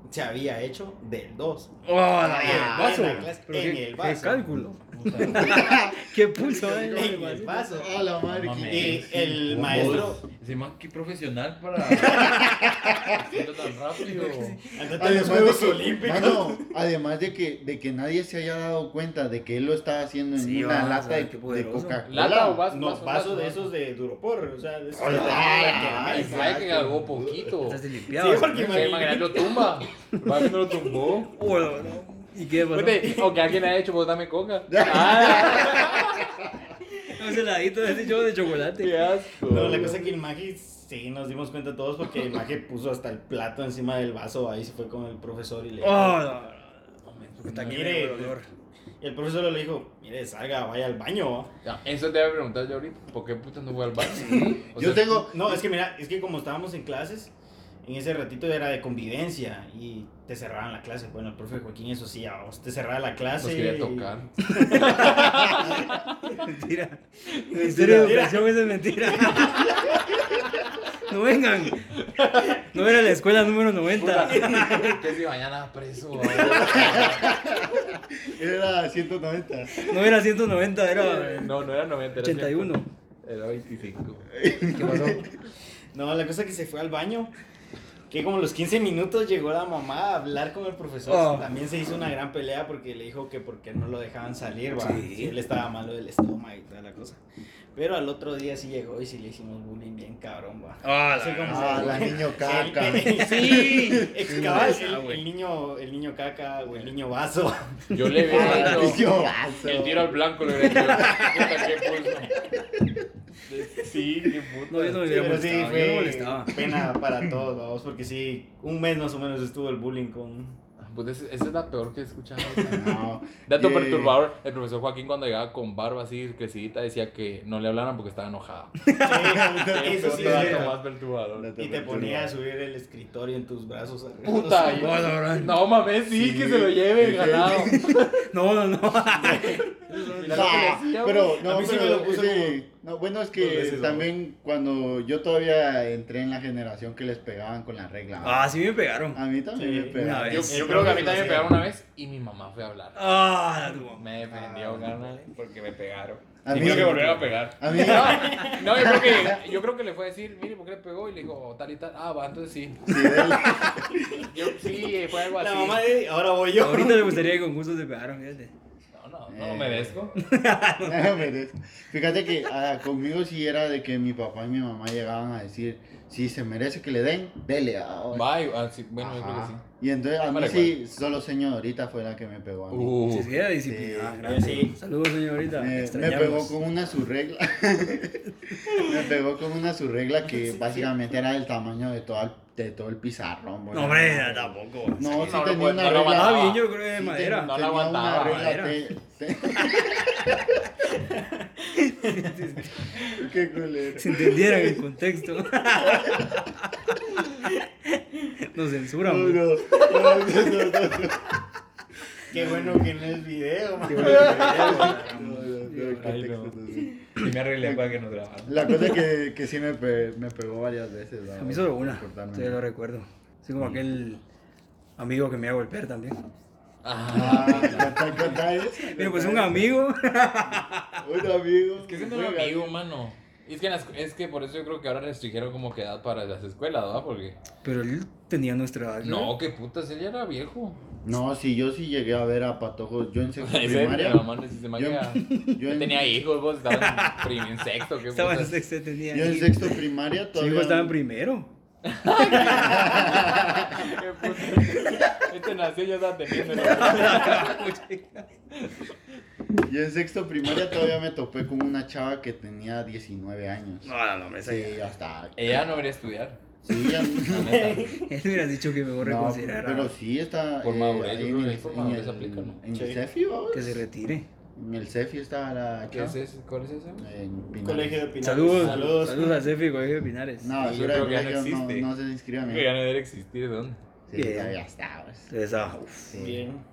[SPEAKER 4] se había hecho del 2.
[SPEAKER 1] ¡Oh,
[SPEAKER 4] Ah, en la clase,
[SPEAKER 1] Pero
[SPEAKER 4] en
[SPEAKER 1] qué-
[SPEAKER 4] el
[SPEAKER 1] qué
[SPEAKER 4] vaso.
[SPEAKER 1] cálculo!
[SPEAKER 3] Puta,
[SPEAKER 1] ¡Qué pulso! eh.
[SPEAKER 4] En el vaso.
[SPEAKER 2] A la madre.
[SPEAKER 3] No
[SPEAKER 2] qué-
[SPEAKER 3] mames.
[SPEAKER 4] Y Eh, el
[SPEAKER 3] vos,
[SPEAKER 4] maestro
[SPEAKER 3] Ese man, qué profesional para. Hacerlo tan rápido.
[SPEAKER 4] Andate en los
[SPEAKER 2] Además de
[SPEAKER 4] Juegos
[SPEAKER 2] que-
[SPEAKER 4] Olímpicos.
[SPEAKER 2] mano, además de que, de que nadie se haya dado cuenta de que él lo estaba haciendo en
[SPEAKER 1] Sí,
[SPEAKER 2] una
[SPEAKER 1] vamos,
[SPEAKER 2] lata
[SPEAKER 1] ay,
[SPEAKER 2] de,
[SPEAKER 1] qué
[SPEAKER 2] de
[SPEAKER 1] poderoso.
[SPEAKER 2] Coca-Cola.
[SPEAKER 3] ¿Lata o vaso?
[SPEAKER 4] No,
[SPEAKER 3] vaso,
[SPEAKER 4] vaso de
[SPEAKER 3] vaso, vaso.
[SPEAKER 4] esos de Duropor, o sea, de esos
[SPEAKER 2] Hola.
[SPEAKER 4] que te- que
[SPEAKER 2] Ah,
[SPEAKER 3] Ay,
[SPEAKER 4] armáis.
[SPEAKER 3] sabe que cagó poquito.
[SPEAKER 1] Estás limpiado.
[SPEAKER 4] Sí, porque-
[SPEAKER 3] Se ve más grande, lo tumba. Va que no lo tumbó.
[SPEAKER 1] Oh, la verdad. ¿Y qué pasó?
[SPEAKER 3] Oye, o que alguien ha hecho, vos dame coca.
[SPEAKER 1] No, ese heladito de ese show de chocolate.
[SPEAKER 3] Qué asco.
[SPEAKER 4] No, la cosa es que el Magi, sí, nos dimos cuenta todos porque el Magi puso hasta el plato encima del vaso, ahí se fue con el profesor y le
[SPEAKER 1] ¡Oh,
[SPEAKER 2] Ah.
[SPEAKER 1] la verdad. Puta, qué
[SPEAKER 4] Mire,
[SPEAKER 1] negro olor.
[SPEAKER 4] y el profesor le dijo, mire, salga, vaya al baño.
[SPEAKER 3] Ya, Eso te voy a preguntar yo ahorita. ¿Por qué puta no voy al baño? O
[SPEAKER 2] Yo
[SPEAKER 3] sea,
[SPEAKER 2] tengo.
[SPEAKER 4] No, es que mira, es que como estábamos en clases, en ese ratito era de convivencia y te cerraban la clase. Bueno, el profe Joaquín, eso sí, a vos te cerraba la
[SPEAKER 3] Nos
[SPEAKER 4] clase.
[SPEAKER 3] quería
[SPEAKER 4] y-
[SPEAKER 3] tocar.
[SPEAKER 1] Mentira. El Ministerio de
[SPEAKER 4] Mentira.
[SPEAKER 1] Educación eso es mentira. No vengan. No era la escuela número 90.
[SPEAKER 3] Puta, ¿Qué si mañana preso? bro?
[SPEAKER 2] Era 190.
[SPEAKER 1] No era 190, era
[SPEAKER 3] No, no era 90, era
[SPEAKER 1] 81.
[SPEAKER 3] 100. Era 25.
[SPEAKER 1] ¿Qué pasó?
[SPEAKER 4] No, la cosa que se fue al baño, que como a los 15 minutos llegó la mamá a hablar con el profesor.
[SPEAKER 1] Oh.
[SPEAKER 4] También se hizo una gran pelea porque le dijo que porque no lo dejaban salir, va.
[SPEAKER 1] Sí.
[SPEAKER 4] Sí, él estaba malo del estómago y toda la cosa. Pero al otro día sí llegó y sí le hicimos bullying bien cabrón, va.
[SPEAKER 1] Ah,
[SPEAKER 4] Así como
[SPEAKER 2] Ah,
[SPEAKER 4] se-
[SPEAKER 2] la niño
[SPEAKER 4] el-
[SPEAKER 2] caca.
[SPEAKER 4] sí, ex- cabal,
[SPEAKER 1] Sí, esa,
[SPEAKER 4] el,
[SPEAKER 1] güey.
[SPEAKER 4] el niño, el niño caca o el niño vaso.
[SPEAKER 3] Yo le vi
[SPEAKER 2] Ah,
[SPEAKER 3] dando
[SPEAKER 2] yo vaso.
[SPEAKER 3] el tiro al blanco. Le dije, puta, qué pulso. Sí, qué puta.
[SPEAKER 1] No, yo no me
[SPEAKER 4] Sí,
[SPEAKER 1] hubiera
[SPEAKER 4] pero sí,
[SPEAKER 1] molestado. Yo no molestaba.
[SPEAKER 4] fue pena para todos, vamos, porque sí, un mes más o menos estuvo el bullying con...
[SPEAKER 3] Pues esa esa es la peor que he escuchado.
[SPEAKER 2] No.
[SPEAKER 3] Dato
[SPEAKER 2] Eh,
[SPEAKER 3] perturbador, el profesor Joaquín cuando llegaba con barba así crecidita decía que no le hablaran porque estaba enojada.
[SPEAKER 4] eso sí es
[SPEAKER 3] Otro dato
[SPEAKER 4] cierto.
[SPEAKER 3] más perturbador.
[SPEAKER 2] Dato
[SPEAKER 4] Y te ponía a
[SPEAKER 2] perturbador.
[SPEAKER 4] subir el escritorio en tus brazos. arriba. No
[SPEAKER 3] Puta,
[SPEAKER 4] sé,
[SPEAKER 3] yo-
[SPEAKER 1] No, la verdad.
[SPEAKER 3] no mames, sí,
[SPEAKER 2] Sí.
[SPEAKER 3] que se lo lleve ganado.
[SPEAKER 1] No, no, no.
[SPEAKER 3] Mira lo que le
[SPEAKER 2] Ah,
[SPEAKER 3] hacía,
[SPEAKER 2] pero no,
[SPEAKER 4] A mí sí
[SPEAKER 2] pero
[SPEAKER 4] me lo puso
[SPEAKER 2] ese- no, bueno es
[SPEAKER 4] dos
[SPEAKER 2] que
[SPEAKER 4] veces, ¿no?
[SPEAKER 2] también cuando yo todavía entré en la generación que les pegaban con la regla.
[SPEAKER 1] Ah, sí me pegaron.
[SPEAKER 2] a mí también
[SPEAKER 4] Sí,
[SPEAKER 2] me
[SPEAKER 1] una
[SPEAKER 2] pegaban.
[SPEAKER 1] vez.
[SPEAKER 3] Yo,
[SPEAKER 1] Es-
[SPEAKER 3] yo
[SPEAKER 4] el
[SPEAKER 3] creo que a
[SPEAKER 4] profe
[SPEAKER 3] mí
[SPEAKER 4] lo
[SPEAKER 3] también me
[SPEAKER 4] hacía.
[SPEAKER 3] pegaron una vez y mi mamá fue a hablar.
[SPEAKER 1] Ah, la tuvo.
[SPEAKER 3] Me defendió,
[SPEAKER 2] Ah.
[SPEAKER 3] carnal, porque me pegaron.
[SPEAKER 2] A
[SPEAKER 3] y
[SPEAKER 2] mí-
[SPEAKER 3] creo que volvieron a pegar.
[SPEAKER 2] A mí
[SPEAKER 3] No, yo creo, que, yo creo que le fue a decir, mire, ¿por qué le pegó? Y le dijo, tal y tal. Ah, va, entonces sí. Yo, sí, fue algo
[SPEAKER 4] La
[SPEAKER 3] así.
[SPEAKER 4] mamá de ahora voy yo.
[SPEAKER 1] Ahorita le gustaría que con gusto te pegaron, fíjate.
[SPEAKER 3] No, no, no lo merezco.
[SPEAKER 2] No, pero es- Fíjate que ah, conmigo sí era de que mi papá y mi mamá llegaban a decir, si se merece que le den, dele. ahora".
[SPEAKER 3] Bye. Ah, sí, bueno, yo creo que
[SPEAKER 2] Ajá.
[SPEAKER 3] sí.
[SPEAKER 2] Y entonces a mí
[SPEAKER 3] Vale,
[SPEAKER 2] sí, solo señorita fue la que me pegó a mí.
[SPEAKER 3] Uh.
[SPEAKER 1] Sí, sí, era disciplina.
[SPEAKER 2] Sí.
[SPEAKER 1] grande.
[SPEAKER 4] Sí.
[SPEAKER 1] Saludos, señorita.
[SPEAKER 2] Me, me
[SPEAKER 1] Extrañamos.
[SPEAKER 2] pegó con una su regla. me pegó con una su regla que básicamente era del tamaño de todo el, de todo el pizarrón.
[SPEAKER 1] No, hombre, no, tampoco.
[SPEAKER 2] No, sí
[SPEAKER 3] No lo
[SPEAKER 2] tenía
[SPEAKER 3] puedo-
[SPEAKER 2] una
[SPEAKER 3] no lo
[SPEAKER 2] regla.
[SPEAKER 1] Ah,
[SPEAKER 3] aguantaba.
[SPEAKER 1] bien, yo creo que de
[SPEAKER 2] sí
[SPEAKER 1] madera.
[SPEAKER 2] ten-
[SPEAKER 3] No la
[SPEAKER 2] tenía
[SPEAKER 3] aguantaba,
[SPEAKER 2] Una regla
[SPEAKER 1] madera.
[SPEAKER 2] te- te- Qué culero.
[SPEAKER 1] Se entendieran el contexto. Nos
[SPEAKER 2] No,
[SPEAKER 1] censuran. güey.
[SPEAKER 2] no, no, no, no, no.
[SPEAKER 4] Qué bueno que no es video. man.
[SPEAKER 1] Qué bueno que me
[SPEAKER 2] No,
[SPEAKER 1] dieron.
[SPEAKER 2] no, no, el
[SPEAKER 3] Ay, no.
[SPEAKER 2] contexto, no, no.
[SPEAKER 3] Y me arreglé para que nos grabaran.
[SPEAKER 2] La cosa es que, que sí me, pe- me pegó varias veces.
[SPEAKER 1] A mí solo una. Todavía lo recuerdo. Así como aquel amigo que me iba a golpear también.
[SPEAKER 3] Ah,
[SPEAKER 2] Ah, ¿cuánta- cuánta es?
[SPEAKER 1] Pero pues un amigo.
[SPEAKER 2] Un amigo.
[SPEAKER 3] es que siendo un amigo, mano. Y es que, en las- es que por eso yo creo que ahora restringieron como que edad para las escuelas, ¿verdad? Porque.
[SPEAKER 1] Pero él tenía nuestra edad.
[SPEAKER 3] No, qué putas, él ya era viejo.
[SPEAKER 2] No, si yo sí llegué a ver a patojos. Yo en sexto
[SPEAKER 3] Ese mi
[SPEAKER 2] primaria.
[SPEAKER 3] mamá no se me
[SPEAKER 2] Yo-
[SPEAKER 3] queda.
[SPEAKER 2] Yo en,
[SPEAKER 3] Tenía hijos, vos estabas en, prim- en sexto, qué
[SPEAKER 1] Estaba en
[SPEAKER 3] putas.
[SPEAKER 1] sexto, tenía.
[SPEAKER 2] yo en
[SPEAKER 1] hijos.
[SPEAKER 2] sexto primaria
[SPEAKER 1] Su
[SPEAKER 2] todavía.
[SPEAKER 1] hijo estaba en primero.
[SPEAKER 3] Qué putas. Este nació y ya estaba teniendo. ¿no?
[SPEAKER 2] Yo en sexto primaria todavía me topé con una chava que tenía 19 años.
[SPEAKER 1] No, no, me
[SPEAKER 2] Sí, hasta.
[SPEAKER 3] Ella no debería estudiar.
[SPEAKER 2] Sí, ya-
[SPEAKER 3] la neta.
[SPEAKER 1] Él hubieras dicho que mejor
[SPEAKER 2] No,
[SPEAKER 1] reconsiderara
[SPEAKER 2] pero sí está. eh,
[SPEAKER 3] Por madurez,
[SPEAKER 2] ahí
[SPEAKER 3] yo creo
[SPEAKER 2] en
[SPEAKER 3] que
[SPEAKER 2] el,
[SPEAKER 3] por
[SPEAKER 2] en
[SPEAKER 3] madurez
[SPEAKER 2] el-
[SPEAKER 3] aplica, ¿no?
[SPEAKER 2] en el
[SPEAKER 4] Sí.
[SPEAKER 2] CEFI, vamos.
[SPEAKER 1] que se retire.
[SPEAKER 2] En el CEFI estaba la
[SPEAKER 3] ¿Qué
[SPEAKER 2] chava.
[SPEAKER 3] es ese? ¿Cuál es ese?
[SPEAKER 2] En Pinal.
[SPEAKER 4] Colegio de Pinares.
[SPEAKER 1] Saludos. Saludos,
[SPEAKER 4] Saludos.
[SPEAKER 1] a Cefi, colegio de Pinares.
[SPEAKER 2] No,
[SPEAKER 3] Sí, yo
[SPEAKER 2] yo creo
[SPEAKER 3] creo que ya no
[SPEAKER 2] no,
[SPEAKER 3] existe.
[SPEAKER 2] no se inscriban.
[SPEAKER 3] Que
[SPEAKER 2] ¿eh?
[SPEAKER 3] ya no debería existir, ¿dónde?
[SPEAKER 2] Sí,
[SPEAKER 1] Bien.
[SPEAKER 2] ya, ya está. pues.
[SPEAKER 1] Entonces, ah, uf.
[SPEAKER 2] Sí.
[SPEAKER 4] Bien.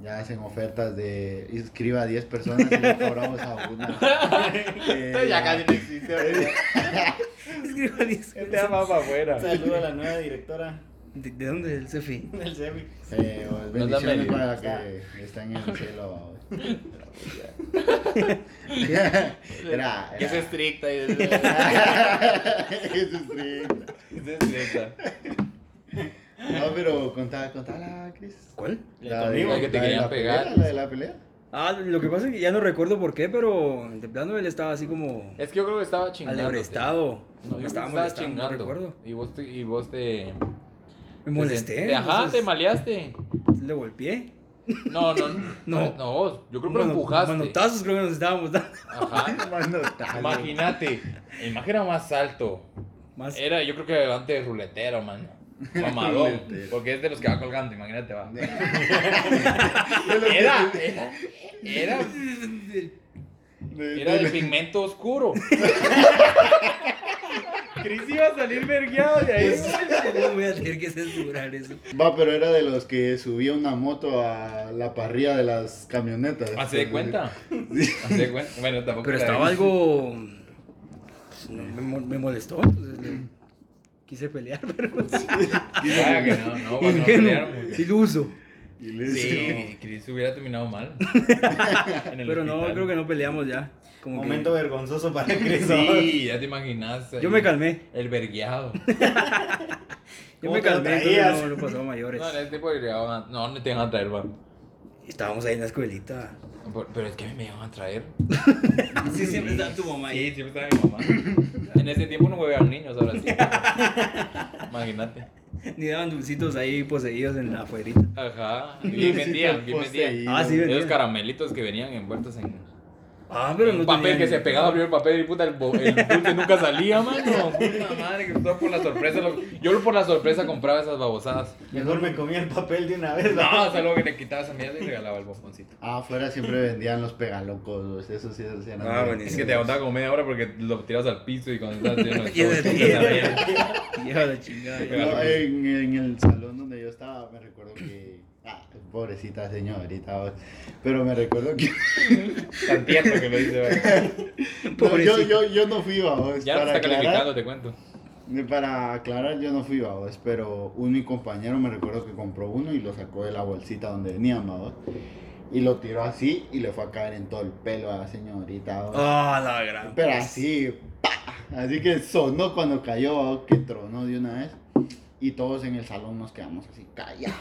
[SPEAKER 2] Ya hacen ofertas de inscriba a 10 personas y le cobramos a una. Eh,
[SPEAKER 3] ya casi no existe. ¿verdad?
[SPEAKER 1] Escriba diez
[SPEAKER 3] Él te ama para afuera.
[SPEAKER 4] Saludo a la nueva directora
[SPEAKER 1] ¿De, de dónde es el Cefi?
[SPEAKER 4] del CEMI.
[SPEAKER 2] eh, pues,
[SPEAKER 3] Nos da
[SPEAKER 2] bendiciones
[SPEAKER 3] medio.
[SPEAKER 2] para que estén en el cielo. Era,
[SPEAKER 3] Es este,
[SPEAKER 2] era.
[SPEAKER 3] estricta. Es
[SPEAKER 2] Eso es triste.
[SPEAKER 3] es estricta.
[SPEAKER 2] No, pero contá, contala, Cris.
[SPEAKER 1] ¿Cuál?
[SPEAKER 4] La
[SPEAKER 2] de-
[SPEAKER 4] conmigo.
[SPEAKER 3] La que te
[SPEAKER 2] de
[SPEAKER 3] querían
[SPEAKER 2] la
[SPEAKER 3] pegar.
[SPEAKER 2] pelea, la de la pelea.
[SPEAKER 1] Ah, lo que pasa es que ya no recuerdo por qué, pero de plano él estaba así como
[SPEAKER 3] Es que yo creo que estaba chingando.
[SPEAKER 1] alebrestado.
[SPEAKER 3] No, yo
[SPEAKER 1] me estaba
[SPEAKER 3] estaba
[SPEAKER 1] molestando,
[SPEAKER 3] chingando.
[SPEAKER 1] no recuerdo.
[SPEAKER 3] Y vos te. Y vos te
[SPEAKER 1] Me molesté.
[SPEAKER 3] te- Pues, ajá, te
[SPEAKER 1] entonces,
[SPEAKER 3] maleaste.
[SPEAKER 1] Le golpeé.
[SPEAKER 3] No, no.
[SPEAKER 1] No.
[SPEAKER 3] No, vos. Yo creo que lo
[SPEAKER 1] Mano-
[SPEAKER 3] empujaste.
[SPEAKER 1] Manotazos creo que nos estábamos dando.
[SPEAKER 3] Ajá.
[SPEAKER 2] Mano, tal.
[SPEAKER 3] Imagínate. El maje era más alto.
[SPEAKER 1] Más.
[SPEAKER 3] Era, yo creo que antes ruletero, mano. Mamadón. porque es de los que va colgando, imagínate, va. Era, era, era, era de pigmento oscuro. Chris iba a salir vergueado de ahí.
[SPEAKER 1] ¿Cómo voy a tener que censurar eso?
[SPEAKER 2] Va, pero era de los que subía una moto a la parrilla de las camionetas.
[SPEAKER 3] Hace de ¿Ah, cuenta. Hace de cuenta. Bueno, tampoco.
[SPEAKER 1] Pero
[SPEAKER 3] era
[SPEAKER 1] estaba
[SPEAKER 3] eso.
[SPEAKER 1] algo. pues, no, Me, mo- me molestó, entonces le- quise pelear, pero.
[SPEAKER 3] Vaya Ah, que no, no, no pelearon.
[SPEAKER 1] Ingenuo, iluso.
[SPEAKER 2] Y le
[SPEAKER 3] Sí, Chris hubiera terminado mal. En el
[SPEAKER 1] Pero no,
[SPEAKER 3] hospital.
[SPEAKER 1] creo que no peleamos ya. Como que-
[SPEAKER 4] Momento vergonzoso para Cris.
[SPEAKER 3] Sí, ya te imaginas. ahí,
[SPEAKER 1] Yo me calmé.
[SPEAKER 3] El vergueado.
[SPEAKER 1] Yo
[SPEAKER 4] ¿Cómo
[SPEAKER 1] me
[SPEAKER 4] te lo
[SPEAKER 1] calmé, entonces
[SPEAKER 4] traías?
[SPEAKER 1] no, no pasó a mayores.
[SPEAKER 3] No, en este tipo de vergueado, no, no te van a traer, va.
[SPEAKER 1] Estábamos ahí en la escuelita.
[SPEAKER 3] Por- Pero es que me iban a traer.
[SPEAKER 1] Así siempre está tu mamá
[SPEAKER 3] Sí, siempre estaba mi mamá. En ese tiempo no huevean niños, ahora sí. Imagínate.
[SPEAKER 1] Ni daban dulcitos ahí poseídos en la afuerita.
[SPEAKER 3] Ajá. Bien vendían, bien vendían.
[SPEAKER 1] Ah, sí,
[SPEAKER 3] Esos
[SPEAKER 1] vendían.
[SPEAKER 3] caramelitos que venían envueltos en.
[SPEAKER 1] Ah, pero
[SPEAKER 3] en
[SPEAKER 1] no
[SPEAKER 3] papel
[SPEAKER 1] tenían-
[SPEAKER 3] que se pegaba abrió el papel y puta, el, bo- el dulce nunca salía, mano. Puta madre, que todo por la sorpresa. lo- Yo por la sorpresa compraba esas babosadas.
[SPEAKER 4] Mejor me comí el papel de una vez.
[SPEAKER 3] No, o sea, luego que le quitaba esa mierda y regalaba el bomboncito.
[SPEAKER 2] Ah, afuera siempre vendían los pegalocos, pues, eso sí eso sí eran
[SPEAKER 1] Ah,
[SPEAKER 2] bien.
[SPEAKER 1] buenísimo.
[SPEAKER 3] Es que te aguantaba como media hora porque lo tirabas al piso y cuando estabas lleno de
[SPEAKER 1] Y de
[SPEAKER 3] todo,
[SPEAKER 1] tierra.
[SPEAKER 3] te salía.
[SPEAKER 1] Lleva la chingada.
[SPEAKER 2] No, eh,
[SPEAKER 1] ya.
[SPEAKER 2] en, en el salón donde yo estaba, me recuerdo que. Ah, pobrecita señorita. vos. Pero me recuerdo que.
[SPEAKER 3] Tan tierno que lo hice, ¿verdad?
[SPEAKER 2] No, yo,
[SPEAKER 1] Pobrecita.
[SPEAKER 2] yo, yo no fui, vamos.
[SPEAKER 3] Ya no
[SPEAKER 2] para
[SPEAKER 3] está calificando,
[SPEAKER 2] aclarar,
[SPEAKER 3] te cuento.
[SPEAKER 2] para aclarar, yo no fui, vamos. Pero un mi compañero me recuerdo que compró uno y lo sacó de la bolsita donde venían, vamos. Y lo tiró así y le fue a caer en todo el pelo a la señorita, vos.
[SPEAKER 1] Ah, la gran.
[SPEAKER 2] Pero así, ¡pa! así que sonó cuando cayó, ¿va? que tronó de una vez. Y todos en el salón nos quedamos así, callados.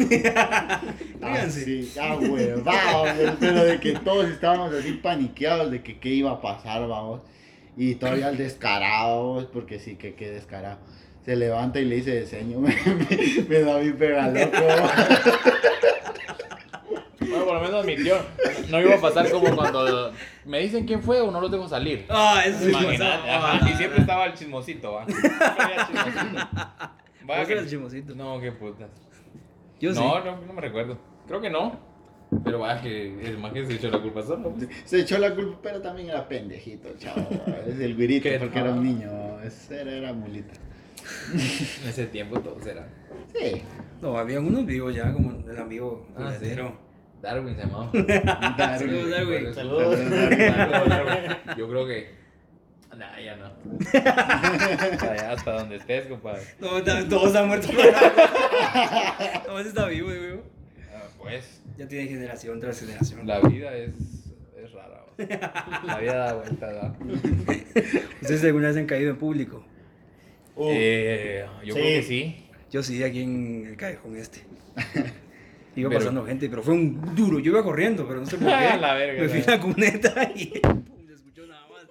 [SPEAKER 1] Ríanse.
[SPEAKER 2] así, ah, huevado, pero de que todos estábamos así paniqueados de que qué iba a pasar, vamos. Y todavía el descarado, vamos, porque sí, que qué descarado. Se levanta y le dice, señor, me, me- me da mi pegaloco.
[SPEAKER 3] Bueno, por lo menos admitió. No iba a pasar como cuando me dicen quién fue o no los dejo salir.
[SPEAKER 1] Ah, eso sí Ah,
[SPEAKER 3] Imagínate,
[SPEAKER 1] pasaba.
[SPEAKER 3] ajá, Y siempre estaba el chismosito, va. Siempre había chismosito. Vaya
[SPEAKER 1] Vos
[SPEAKER 3] que-
[SPEAKER 1] eras chimosito.
[SPEAKER 3] No, qué putas.
[SPEAKER 1] Yo sí.
[SPEAKER 3] no, no, no me recuerdo. Creo que no. Pero vaya que el más que se echó la culpa solo. pues.
[SPEAKER 2] Se echó la culpa, pero también era pendejito, chavo. Es el güirito,
[SPEAKER 3] Qué
[SPEAKER 2] porque era un
[SPEAKER 3] tal.
[SPEAKER 2] niño, vamos. ese era, era mulita.
[SPEAKER 3] En ese tiempo todos eran.
[SPEAKER 2] Sí.
[SPEAKER 1] No, había unos vivos ya, como el amigo.
[SPEAKER 3] Ah, sí.
[SPEAKER 1] verdadero.
[SPEAKER 3] Darwin se llamaba.
[SPEAKER 1] Saludos,
[SPEAKER 2] Darwin.
[SPEAKER 1] Darwin.
[SPEAKER 4] Saludos.
[SPEAKER 3] Darwin, Darwin. Yo creo que. Nah, ya no. Allá hasta donde estés, compadre.
[SPEAKER 1] No, ta- todos han muerto. Todos está vivo, digo.
[SPEAKER 3] Ah, pues.
[SPEAKER 1] Ya tiene generación tras generación.
[SPEAKER 3] La vida es, es rara. ¿va? La vida da vuelta, da.
[SPEAKER 1] ¿Ustedes alguna vez han caído en público?
[SPEAKER 4] Uh,
[SPEAKER 3] Eh, yo
[SPEAKER 4] Sí.
[SPEAKER 3] creo que sí.
[SPEAKER 1] Yo sí, aquí en el callejón este. Iba
[SPEAKER 3] Pero-
[SPEAKER 1] pasando gente, pero fue un duro. Yo iba corriendo, pero no sé por qué.
[SPEAKER 3] La verga,
[SPEAKER 1] Me fui
[SPEAKER 3] la
[SPEAKER 1] a la cuneta y pum, se escuchó nada más.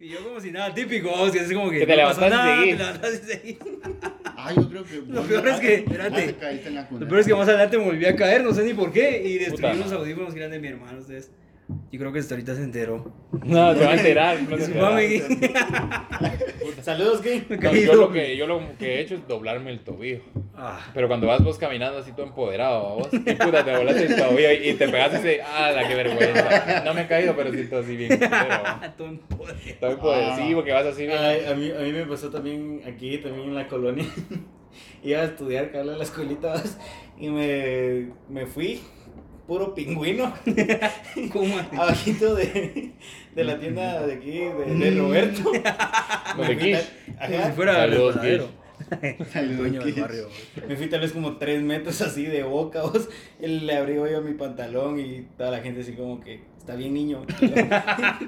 [SPEAKER 1] Y yo como si nada, típico, o sea, es como que,
[SPEAKER 3] Que te
[SPEAKER 1] no pasó
[SPEAKER 3] levantaste y
[SPEAKER 1] nada, te
[SPEAKER 3] seguís.
[SPEAKER 1] levantaste y seguís.
[SPEAKER 2] Ah, yo creo que.
[SPEAKER 1] Lo peor es que- espérate.
[SPEAKER 2] Te caíste en la
[SPEAKER 1] Lo
[SPEAKER 2] cuneta.
[SPEAKER 1] peor es que más adelante me volví a caer, no sé ni por qué, y destruí
[SPEAKER 3] Puta.
[SPEAKER 1] unos audífonos que eran de mi hermano, ustedes. Y creo que hasta ahorita se enteró.
[SPEAKER 3] No, te va a enterar. no te
[SPEAKER 1] Disculpame,
[SPEAKER 3] enteras.
[SPEAKER 1] Gui.
[SPEAKER 4] Saludos, Gui.
[SPEAKER 1] me
[SPEAKER 3] No,
[SPEAKER 1] caí.
[SPEAKER 3] yo, lo que, yo lo que he hecho es doblarme el tobillo.
[SPEAKER 1] Ah,
[SPEAKER 3] Pero cuando vas vos caminando así todo empoderado, ¿va vos, y puta, te volaste el tobillo y, y te pegaste ese, ah, la qué vergüenza. No me he caído, pero siento así bien. culero, ¿va?
[SPEAKER 1] todo en poder.
[SPEAKER 3] Todo empoderado, que vas así bien.
[SPEAKER 4] Ay, a, mí, a mí me pasó también aquí, también en la colonia. Iba a estudiar, Carla, a la escuelita vas, y me, me fui, puro pingüino,
[SPEAKER 1] ¿Cómo así?
[SPEAKER 4] abajito de, de la tienda de aquí, de, de Roberto.
[SPEAKER 3] Donde
[SPEAKER 4] Me fui
[SPEAKER 3] Kish.
[SPEAKER 4] tal-
[SPEAKER 1] Como
[SPEAKER 4] ajá,
[SPEAKER 1] si fuera
[SPEAKER 3] Ah, Saludos,
[SPEAKER 1] resbaladero.
[SPEAKER 2] Saludos,
[SPEAKER 1] Dueño del
[SPEAKER 2] Gui.
[SPEAKER 1] barrio.
[SPEAKER 4] me fui tal vez como tres metros así de boca, vos. Él le abrió yo mi pantalón y toda la gente así como que, está bien niño.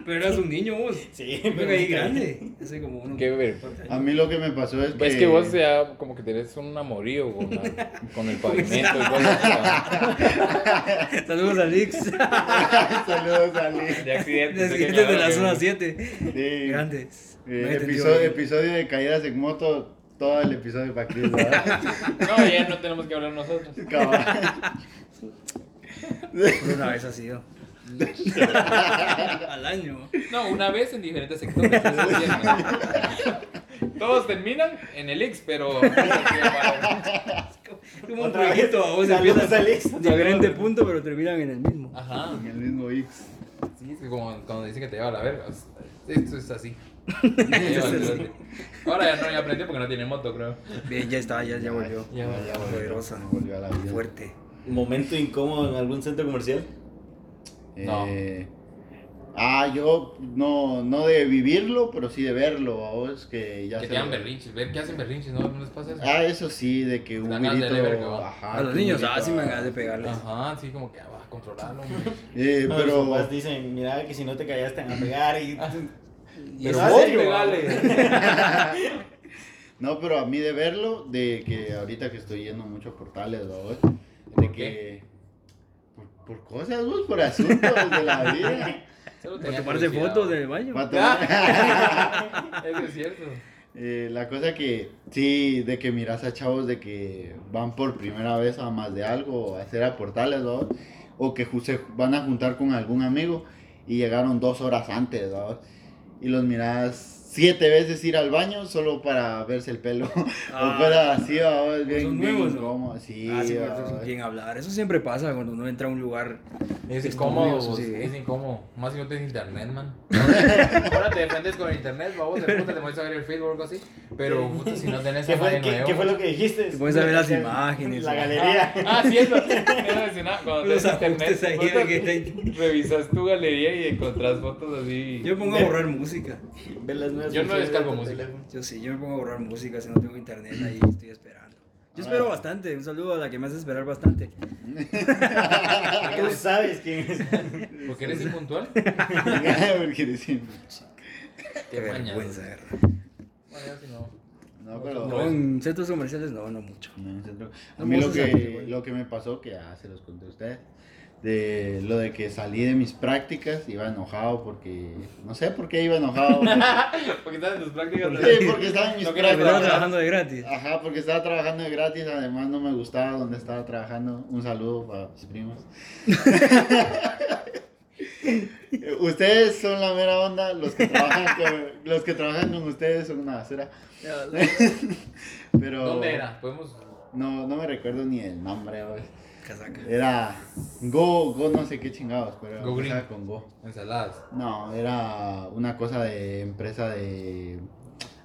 [SPEAKER 1] Pero eras un niño vos.
[SPEAKER 4] Sí,
[SPEAKER 1] Yo me
[SPEAKER 4] pero
[SPEAKER 1] caí grande. Hace como unos
[SPEAKER 3] Qué ver-
[SPEAKER 1] cuatro años.
[SPEAKER 2] A mí lo que me pasó es que.
[SPEAKER 3] Es que vos
[SPEAKER 1] eh,
[SPEAKER 3] ya como que tenés un amorío con, la- con el pavimento y cosas así, ¿va?
[SPEAKER 1] Saludos a Lix.
[SPEAKER 2] Saludos, Ale.
[SPEAKER 3] de accidentes. sé
[SPEAKER 1] Desde
[SPEAKER 3] que
[SPEAKER 1] de
[SPEAKER 3] claro
[SPEAKER 1] la
[SPEAKER 3] que-
[SPEAKER 1] zona 7.
[SPEAKER 2] Sí.
[SPEAKER 1] Grandes.
[SPEAKER 2] Eh,
[SPEAKER 1] Me he entendido
[SPEAKER 2] episodio,
[SPEAKER 1] bien.
[SPEAKER 2] episodio de caídas en moto, todo el episodio para Chris, ¿verdad?
[SPEAKER 3] No, ya no tenemos que hablar nosotros.
[SPEAKER 2] Cabal.
[SPEAKER 1] Solo una vez ha sido. Al año.
[SPEAKER 3] No, una vez en diferentes sectores. eso es cierto. Todos terminan en el X, pero.
[SPEAKER 1] Como un
[SPEAKER 4] Otra vez.
[SPEAKER 1] proyecto, a vos
[SPEAKER 4] Saludos
[SPEAKER 1] empiezan
[SPEAKER 4] a Lix.
[SPEAKER 1] diferente punto, pero terminan en el mismo.
[SPEAKER 3] Ajá.
[SPEAKER 2] En el mismo X.
[SPEAKER 3] Sí, es que como cuando dicen que te lleva a la verga. o sea, Esto es así.
[SPEAKER 1] es así.
[SPEAKER 3] Ahora ya no, ya aprendió porque no tiene moto, creo.
[SPEAKER 1] Bien, ya está, ya, ya volvió.
[SPEAKER 3] Ya volvió.
[SPEAKER 1] Poderosa.
[SPEAKER 2] Volvió a la vida.
[SPEAKER 1] Fuerte.
[SPEAKER 4] Momento incómodo en algún centro comercial.
[SPEAKER 3] No.
[SPEAKER 2] Eh, Ah, yo no, no de vivirlo, pero sí de verlo, vos que ya
[SPEAKER 3] Que
[SPEAKER 2] se
[SPEAKER 3] te dan
[SPEAKER 2] lo-
[SPEAKER 3] berrinches. Ver qué hacen berrinches, ¿no? ¿No les pasa eso?
[SPEAKER 2] Ah, eso sí, de que un
[SPEAKER 3] Dan ganas de
[SPEAKER 2] grito.
[SPEAKER 3] leer, ¿no?
[SPEAKER 2] ajá,
[SPEAKER 1] A los
[SPEAKER 2] que un
[SPEAKER 1] niños,
[SPEAKER 2] grito,
[SPEAKER 1] ah, sí me ganas de pegarles.
[SPEAKER 3] Ajá, sí, como que ah, va a controlarlo. hombre.
[SPEAKER 2] Eh,
[SPEAKER 4] No,
[SPEAKER 2] pero.
[SPEAKER 4] Los papás dicen, mira que si no te callas te van a pegar y...
[SPEAKER 3] Ah,
[SPEAKER 1] Y
[SPEAKER 3] Pero
[SPEAKER 1] es-
[SPEAKER 4] Ah,
[SPEAKER 3] vos
[SPEAKER 4] sí,
[SPEAKER 3] pegale.
[SPEAKER 2] No, pero a mí de verlo, de que ahorita que estoy yendo mucho a portales, ¿va? De
[SPEAKER 3] ¿Por
[SPEAKER 2] que. Por, por cosas, vos, por asuntos de la vida.
[SPEAKER 3] Solo
[SPEAKER 1] Para
[SPEAKER 3] tenía
[SPEAKER 1] tomarse
[SPEAKER 3] curiosidad.
[SPEAKER 1] fotos eh. del baño.
[SPEAKER 2] Pa' tomar-
[SPEAKER 3] Eso es cierto.
[SPEAKER 2] Eh, la cosa que, sí, de que miras a chavos de que van por primera vez a más de algo, a hacer a portales, ¿va? o que ju- se van a juntar con algún amigo y llegaron dos horas antes, ¿va? y los miras siete veces ir al baño solo para verse el pelo.
[SPEAKER 1] Ah. Pues
[SPEAKER 2] o fuera así, ¿va? Es bien,
[SPEAKER 1] Son
[SPEAKER 2] bien
[SPEAKER 1] nuevos, ¿no?
[SPEAKER 2] incómodo, sí,
[SPEAKER 1] Ah, sí, pero
[SPEAKER 2] ¿va?
[SPEAKER 1] eso es bien hablar. Eso siempre pasa cuando uno entra a un lugar.
[SPEAKER 3] Es
[SPEAKER 1] Estudios,
[SPEAKER 3] incómodo, vos,
[SPEAKER 1] sí.
[SPEAKER 3] es incómodo. Más si no tienes internet, man. Ahora- Ahora te defendes con el internet, babos, de puta te pones a ver el Facebook o algo así. Pero puta, si no tenés
[SPEAKER 4] ¿Qué
[SPEAKER 3] a nadie
[SPEAKER 4] fue, qué,
[SPEAKER 3] nuevo.
[SPEAKER 4] qué fue lo que dijiste?
[SPEAKER 1] Te pones a ver las imágenes,
[SPEAKER 4] La
[SPEAKER 1] ¿no?
[SPEAKER 4] galería.
[SPEAKER 3] Ah, cierto. Eso mencionaba, cuando
[SPEAKER 1] Los
[SPEAKER 3] tenés internet,
[SPEAKER 1] ajustes ahí
[SPEAKER 3] puta,
[SPEAKER 1] de que te-
[SPEAKER 3] revisas tu galería y encontrás fotos así.
[SPEAKER 1] Yo me pongo a
[SPEAKER 4] Ve-
[SPEAKER 1] borrar música.
[SPEAKER 4] Ver las nuevas
[SPEAKER 3] Yo no
[SPEAKER 4] funciones
[SPEAKER 3] descargo
[SPEAKER 4] de tu
[SPEAKER 3] música.
[SPEAKER 4] teléfono.
[SPEAKER 1] Yo sí, yo me pongo a borrar música si no tengo internet ahí, estoy esperando. Yo espero
[SPEAKER 2] Ah.
[SPEAKER 1] bastante, un saludo a la que me hace esperar bastante.
[SPEAKER 4] Tú sabes quién es.
[SPEAKER 3] Porque eres impuntual.
[SPEAKER 2] Porque decimos,
[SPEAKER 1] Qué
[SPEAKER 3] Qué maña.
[SPEAKER 1] vergüenza, de ¿verdad?
[SPEAKER 3] Bueno, ya si no.
[SPEAKER 2] No, pero.
[SPEAKER 1] No, en centros comerciales no, no mucho.
[SPEAKER 2] No, en centro- A
[SPEAKER 1] No,
[SPEAKER 2] mí
[SPEAKER 1] vos
[SPEAKER 2] lo
[SPEAKER 1] sos amigo,
[SPEAKER 2] que,
[SPEAKER 1] güey.
[SPEAKER 2] lo que me pasó, que ya se los conté a ustedes, de lo de que salí de mis prácticas, iba enojado porque, no sé por qué iba enojado.
[SPEAKER 3] Porque estás en tus prácticas.
[SPEAKER 2] Sí, porque estaba en mis
[SPEAKER 3] No
[SPEAKER 1] Pero
[SPEAKER 3] quería
[SPEAKER 1] estaba
[SPEAKER 2] prácticas.
[SPEAKER 1] trabajando de gratis.
[SPEAKER 2] Ajá, porque estaba trabajando de gratis, además no me gustaba donde estaba trabajando. Un saludo para mis primos. ustedes son la mera onda, los que trabajan con, los que trabajan con ustedes son una basura. Pero
[SPEAKER 3] ¿Dónde era? Podemos.
[SPEAKER 2] No, no me recuerdo ni el nombre, güey.
[SPEAKER 1] Casaca.
[SPEAKER 2] Era Go, Go no sé qué chingados, pero
[SPEAKER 3] Go Green.
[SPEAKER 2] empezaba con Go.
[SPEAKER 3] Ensaladas.
[SPEAKER 2] No, era una cosa de empresa de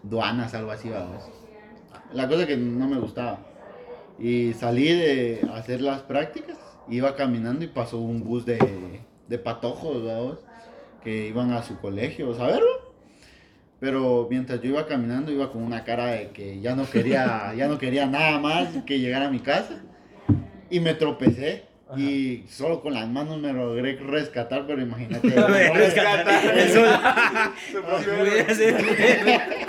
[SPEAKER 2] duanas, algo así, vamos. La cosa que no me gustaba. Y salí de hacer las prácticas, iba caminando y pasó un bus de, de patojos, vamos, que iban a su colegio, ¿sabes? Pero mientras yo iba caminando, iba con una cara de que ya no quería, ya no quería nada más que llegar a mi casa. Y me tropecé. Y solo con las manos me logré rescatar, pero imagínate.
[SPEAKER 1] Rescatar el sol. Ah,
[SPEAKER 5] Su
[SPEAKER 1] Si
[SPEAKER 5] propio héroe.
[SPEAKER 1] pudiera ser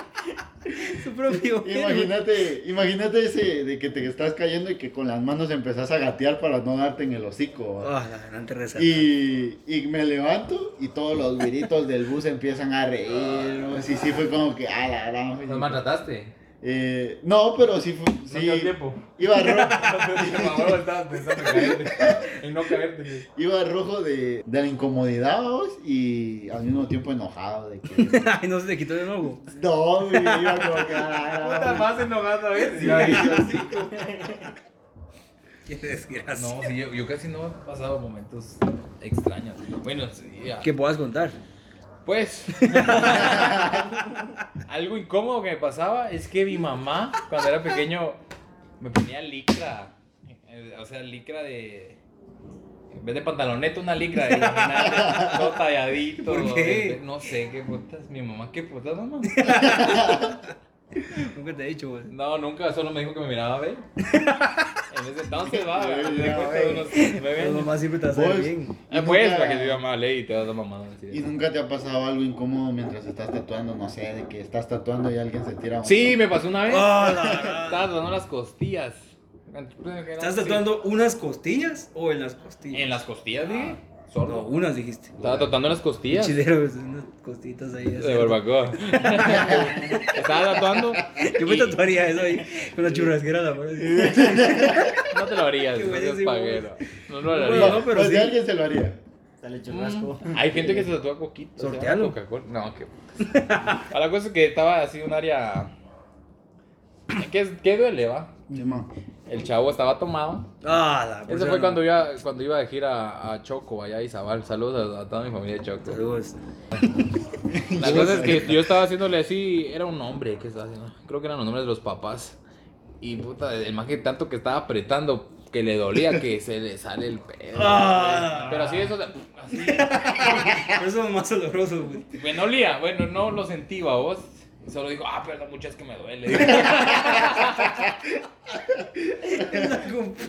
[SPEAKER 1] su propio héroe.
[SPEAKER 2] Imagínate, imagínate ese de que te estás cayendo y que con las manos empezás a gatear para no darte en el hocico. ¿va?
[SPEAKER 1] Ah, la gran Teresa.
[SPEAKER 2] Y, y me levanto y todos los viritos del bus empiezan a reír. ¿no? Sí, sí, fue como que, ah, la gran
[SPEAKER 3] ¿Nos maltrataste?
[SPEAKER 2] Eh, no, pero sí, fue-
[SPEAKER 5] No
[SPEAKER 2] sí
[SPEAKER 5] quedó tiempo.
[SPEAKER 2] iba, ro-
[SPEAKER 3] Ahora estabas pensando en caerte, en no caerte.
[SPEAKER 2] iba rojo de, de la incomodidad vamos, y al mismo tiempo enojado de que...
[SPEAKER 1] Ay, no se te quitó de nuevo.
[SPEAKER 2] No, güey, iba como que... "Ah, la
[SPEAKER 5] Puta,
[SPEAKER 2] gran
[SPEAKER 5] más enojado ¿eh? otra vez.
[SPEAKER 1] Qué desgracia.
[SPEAKER 3] No, sí, yo, yo casi no he pasado momentos extraños. Bueno, sí, ya.
[SPEAKER 1] Que puedas contar.
[SPEAKER 3] Pues, algo incómodo que me pasaba es que mi mamá, cuando era pequeño, me ponía licra. eh, O sea, licra de. En vez de pantaloneta, una licra de imagínate, todo talladito.
[SPEAKER 1] ¿Por qué?
[SPEAKER 3] eh, No sé, qué putas. Mi mamá, qué putas, mamá.
[SPEAKER 1] Nunca te he dicho, güey.
[SPEAKER 3] No, nunca, solo me dijo que me miraba, ve. En ese entonces, va,
[SPEAKER 2] Ya,
[SPEAKER 3] me
[SPEAKER 2] ya,
[SPEAKER 3] cuesta
[SPEAKER 2] ve.
[SPEAKER 3] unos nueve
[SPEAKER 1] Pero
[SPEAKER 3] años.
[SPEAKER 1] nomás siempre te hace
[SPEAKER 2] Vos-
[SPEAKER 1] bien.
[SPEAKER 3] Ah,
[SPEAKER 2] Y
[SPEAKER 3] pues,
[SPEAKER 2] nunca-
[SPEAKER 3] para que te diga mal, eh, y te vas a mamar. así de-
[SPEAKER 2] ¿Y nunca te ha pasado algo incómodo mientras estás tatuando? No sé, de que estás tatuando y alguien se tira un...
[SPEAKER 3] Sí, me pasó una vez.
[SPEAKER 1] Ah, la
[SPEAKER 3] Estaba tatuando las costillas.
[SPEAKER 1] ¿Estás tatuando unas costillas o en las costillas?
[SPEAKER 3] En las costillas, dije.
[SPEAKER 1] Ah. No,
[SPEAKER 3] Solo.
[SPEAKER 1] unas dijiste.
[SPEAKER 3] Estaba tatuando las costillas.
[SPEAKER 1] Chilero, pues, unas costitas ahí. es
[SPEAKER 3] De
[SPEAKER 1] cierto.
[SPEAKER 3] barbacoa. Estaba tatuando.
[SPEAKER 1] Yo me
[SPEAKER 3] y-
[SPEAKER 1] tatuaría eso ahí con la churrasquera a la mano. así.
[SPEAKER 3] No te lo harías,
[SPEAKER 1] Qué
[SPEAKER 3] no seas
[SPEAKER 1] buenísimo.
[SPEAKER 3] paguero. No no lo
[SPEAKER 1] Bueno,
[SPEAKER 3] harías.
[SPEAKER 1] no, pero
[SPEAKER 2] Pues
[SPEAKER 1] sí.
[SPEAKER 2] de alguien se lo haría.
[SPEAKER 3] Mm.
[SPEAKER 4] Sale churrasco.
[SPEAKER 3] Hay gente que se tatúa coquito. o sea,
[SPEAKER 1] Sortealo.
[SPEAKER 3] Coca-Cola. No, que. A la cosa es que estaba así un área. ¿Qué, es- qué duele, va?
[SPEAKER 2] Simón.
[SPEAKER 3] El chavo estaba tomado.
[SPEAKER 1] Ah, la
[SPEAKER 3] Eso fue cuando iba, cuando iba a gira a Choco, allá a Izabal. Saludos a, a toda mi familia de Choco.
[SPEAKER 1] Saludos.
[SPEAKER 3] La cosa es que yo estaba haciéndole así, era un hombre que estaba haciendo, creo que eran los nombres de los papás. Y puta, el más que tanto que estaba apretando, que le dolía que se le sale el pedo.
[SPEAKER 1] Ah.
[SPEAKER 3] Pero así eso, así,
[SPEAKER 1] Pero eso es más oloroso, güey.
[SPEAKER 3] me olía, bueno, no lo sentí, ¿va vos. Solo digo, ah, perdón, muchas que me duele.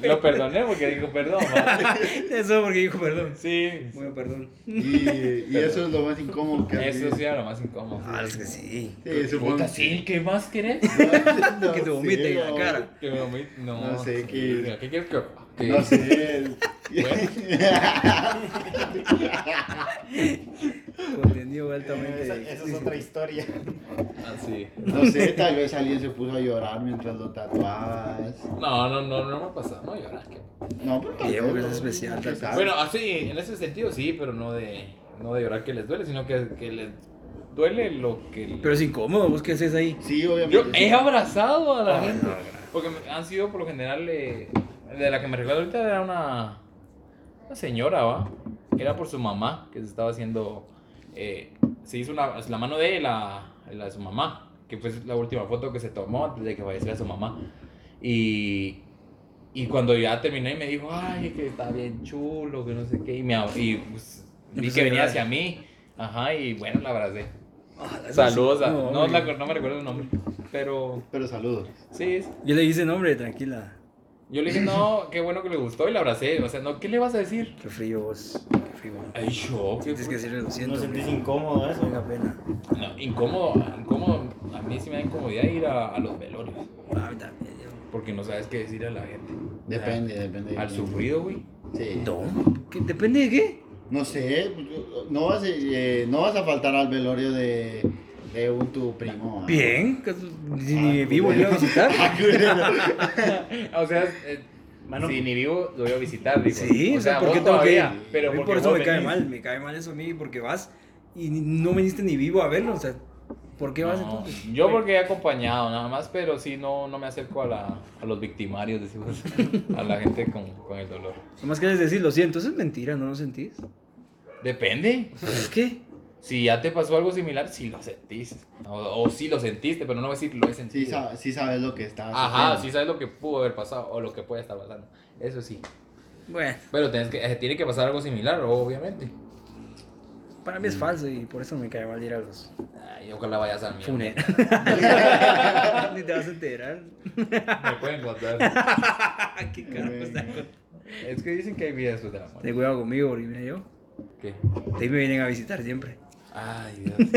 [SPEAKER 3] lo perdoné porque dijo, perdón. va.
[SPEAKER 1] Eso porque dijo perdón.
[SPEAKER 3] Sí,
[SPEAKER 1] Bueno, perdón.
[SPEAKER 2] Y, y eso es lo más incómodo que has
[SPEAKER 3] eso
[SPEAKER 2] vivido.
[SPEAKER 3] sí era lo más incómodo.
[SPEAKER 1] Ah, es que sí.
[SPEAKER 2] Sí, supongo.
[SPEAKER 3] Puta, sí, ¿qué más querés?
[SPEAKER 2] No
[SPEAKER 1] Que te
[SPEAKER 2] sé,
[SPEAKER 1] vomite en la
[SPEAKER 2] no.
[SPEAKER 1] cara.
[SPEAKER 3] Que me vomi- No,
[SPEAKER 2] No sé,
[SPEAKER 3] sí,
[SPEAKER 2] que-
[SPEAKER 3] mira, ¿Qué quieres que.? que-
[SPEAKER 2] No sé.
[SPEAKER 3] Bueno.
[SPEAKER 1] Contenido
[SPEAKER 4] Esa,
[SPEAKER 1] altamente.
[SPEAKER 4] esa es otra historia.
[SPEAKER 3] Así.
[SPEAKER 2] No sé, tal vez alguien se puso a llorar mientras lo tatuabas.
[SPEAKER 3] No, no, no, no me ha pasado. No llorar. que-
[SPEAKER 2] No, pero tal
[SPEAKER 1] Sí,
[SPEAKER 2] vez,
[SPEAKER 1] porque es
[SPEAKER 2] ¿no?
[SPEAKER 1] especial,
[SPEAKER 2] ¿Quién
[SPEAKER 1] tal vez.
[SPEAKER 2] sabe?
[SPEAKER 3] Bueno, así, en ese sentido sí, pero no de, no de llorar que les duele, sino que, que les duele lo que.
[SPEAKER 1] Pero es incómodo, vos qué haces ahí.
[SPEAKER 2] sí, obviamente.
[SPEAKER 3] Yo
[SPEAKER 2] sí.
[SPEAKER 3] he abrazado a la gente. Porque me- han sido por lo general. eh, de la que me recuerdo ahorita era una. Una señora, ¿va? Era por su mamá que se estaba haciendo. eh, se hizo una, la mano de la, la de su mamá, que fue la última foto que se tomó antes de que falleciera su mamá. Y, y cuando ya terminé, me dijo, ay, que está bien chulo, que no sé qué. Y, me, ab- y pues, vi
[SPEAKER 1] Empezó a
[SPEAKER 3] que venía
[SPEAKER 1] llorar.
[SPEAKER 3] hacia mí. Ajá, y bueno, la abracé.
[SPEAKER 1] Ah, eso es
[SPEAKER 3] Saludos a.
[SPEAKER 1] incómodo,
[SPEAKER 3] No,
[SPEAKER 1] güey.
[SPEAKER 3] la- no me recuerdo el nombre. Pero
[SPEAKER 2] Pero saludos.
[SPEAKER 3] sí, es-
[SPEAKER 1] Yo le hice nombre, tranquila.
[SPEAKER 3] yo le dije, no, qué bueno que le gustó y la abracé. O sea, no, ¿qué le vas a decir?
[SPEAKER 1] Qué frío vos. Qué frío.
[SPEAKER 3] Ay, yo, qué
[SPEAKER 1] Tienes que decirle lo siento.
[SPEAKER 4] ¿No sentís
[SPEAKER 1] güey.
[SPEAKER 4] incómodo eso?
[SPEAKER 1] Venga, pena.
[SPEAKER 3] No, incómodo, incómodo. A mí sí me da incomodidad ir a, a los velorios.
[SPEAKER 1] Ah, ahorita, eh,
[SPEAKER 3] Porque no sabes qué decir a la gente.
[SPEAKER 2] Depende, depende.
[SPEAKER 3] Ah, Al sufrido, güey.
[SPEAKER 2] Sí.
[SPEAKER 1] No. ¿Qué- ¿Depende de qué?
[SPEAKER 2] No sé, pues, yo- no vas, a- eh, no vas a faltar al velorio de, de un tu primo. ¿ah?
[SPEAKER 1] Bien. que eso- Ni
[SPEAKER 2] Ah,
[SPEAKER 1] ni vivo,
[SPEAKER 2] culero.
[SPEAKER 1] ni a visitar.
[SPEAKER 2] Ah, culero.
[SPEAKER 3] O sea, eh,
[SPEAKER 4] Mano.
[SPEAKER 3] si ni vivo, lo voy a visitar, digo.
[SPEAKER 1] Sí, o
[SPEAKER 3] o
[SPEAKER 1] sea,
[SPEAKER 3] sea,
[SPEAKER 1] ¿por qué
[SPEAKER 3] vos
[SPEAKER 1] tengo que
[SPEAKER 3] todavía.
[SPEAKER 1] ir?
[SPEAKER 3] Pero
[SPEAKER 1] A mí
[SPEAKER 3] porque
[SPEAKER 1] por eso
[SPEAKER 3] vos
[SPEAKER 1] me cae
[SPEAKER 3] venís.
[SPEAKER 1] mal, me cae mal eso a mí porque vas y ni- no viniste ni vivo a verlo, o sea, ¿por qué vas
[SPEAKER 3] No,
[SPEAKER 1] entonces?
[SPEAKER 3] Yo porque he acompañado nada más, pero sí no, no me acerco a, la, a los victimarios, decimos, a la gente con, con el dolor.
[SPEAKER 1] Nomás quieres decir, lo siento, eso es mentira, ¿no lo sentís?
[SPEAKER 3] Depende.
[SPEAKER 1] ¿Es qué?
[SPEAKER 3] Si ya te pasó algo similar, sí lo sentiste. O, o sí lo sentiste, pero no voy a decir lo he sentido.
[SPEAKER 2] Sí, sa- sí sabes lo que está
[SPEAKER 3] Ajá, sí
[SPEAKER 2] sufriendo.
[SPEAKER 3] sabes lo que pudo haber pasado o lo que puede estar pasando. Eso sí.
[SPEAKER 1] Bueno,
[SPEAKER 3] Pero tenés que, eh, tiene que pasar algo similar, obviamente.
[SPEAKER 1] para
[SPEAKER 3] Mm.
[SPEAKER 1] mí es falso y por eso me cae mal ir a los
[SPEAKER 3] Ay, ojalá vayas al mío. Me
[SPEAKER 1] funerales. ni te vas a enterar.
[SPEAKER 3] pueden contar.
[SPEAKER 1] Ah, qué caro, o sea,
[SPEAKER 3] Es que dicen que hay vida después de la muerte.
[SPEAKER 1] Ten cuidado conmigo, porque mira yo.
[SPEAKER 3] ¿Qué?
[SPEAKER 1] De ahí me vienen a visitar siempre.
[SPEAKER 3] Ay, Dios.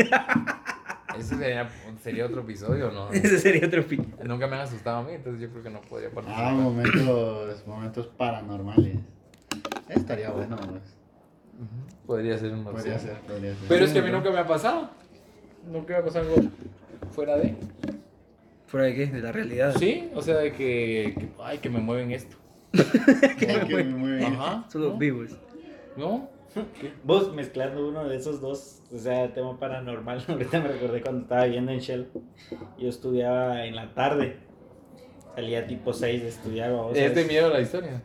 [SPEAKER 3] Eso sería, sería otro episodio, ¿no?
[SPEAKER 1] Ese sería otro pico.
[SPEAKER 3] Nunca me han asustado a mí, entonces yo creo que no podría
[SPEAKER 2] Ah,
[SPEAKER 3] participar.
[SPEAKER 2] momentos, momentos paranormales. Estaría bueno, pues.
[SPEAKER 3] Podría ser un
[SPEAKER 2] Podría ser, podría ser.
[SPEAKER 3] Pero es que a mí nunca me ha pasado. Nunca me ha pasado algo fuera de.
[SPEAKER 1] ¿Fuera de qué? De la realidad.
[SPEAKER 3] Sí, o sea, de que, que- Ay, que me mueven esto.
[SPEAKER 2] Ay, que me mueve.
[SPEAKER 3] Ajá.
[SPEAKER 1] Solo
[SPEAKER 3] ¿no?
[SPEAKER 1] vivos.
[SPEAKER 3] ¿No?
[SPEAKER 4] Vos mezclando uno de esos dos, o sea, tema paranormal. Ahorita me recordé cuando estaba viviendo en Shell. Yo estudiaba en la tarde. Salía tipo 6 de estudiar. babos,
[SPEAKER 3] Es de
[SPEAKER 4] ¿sabes?
[SPEAKER 3] miedo la historia.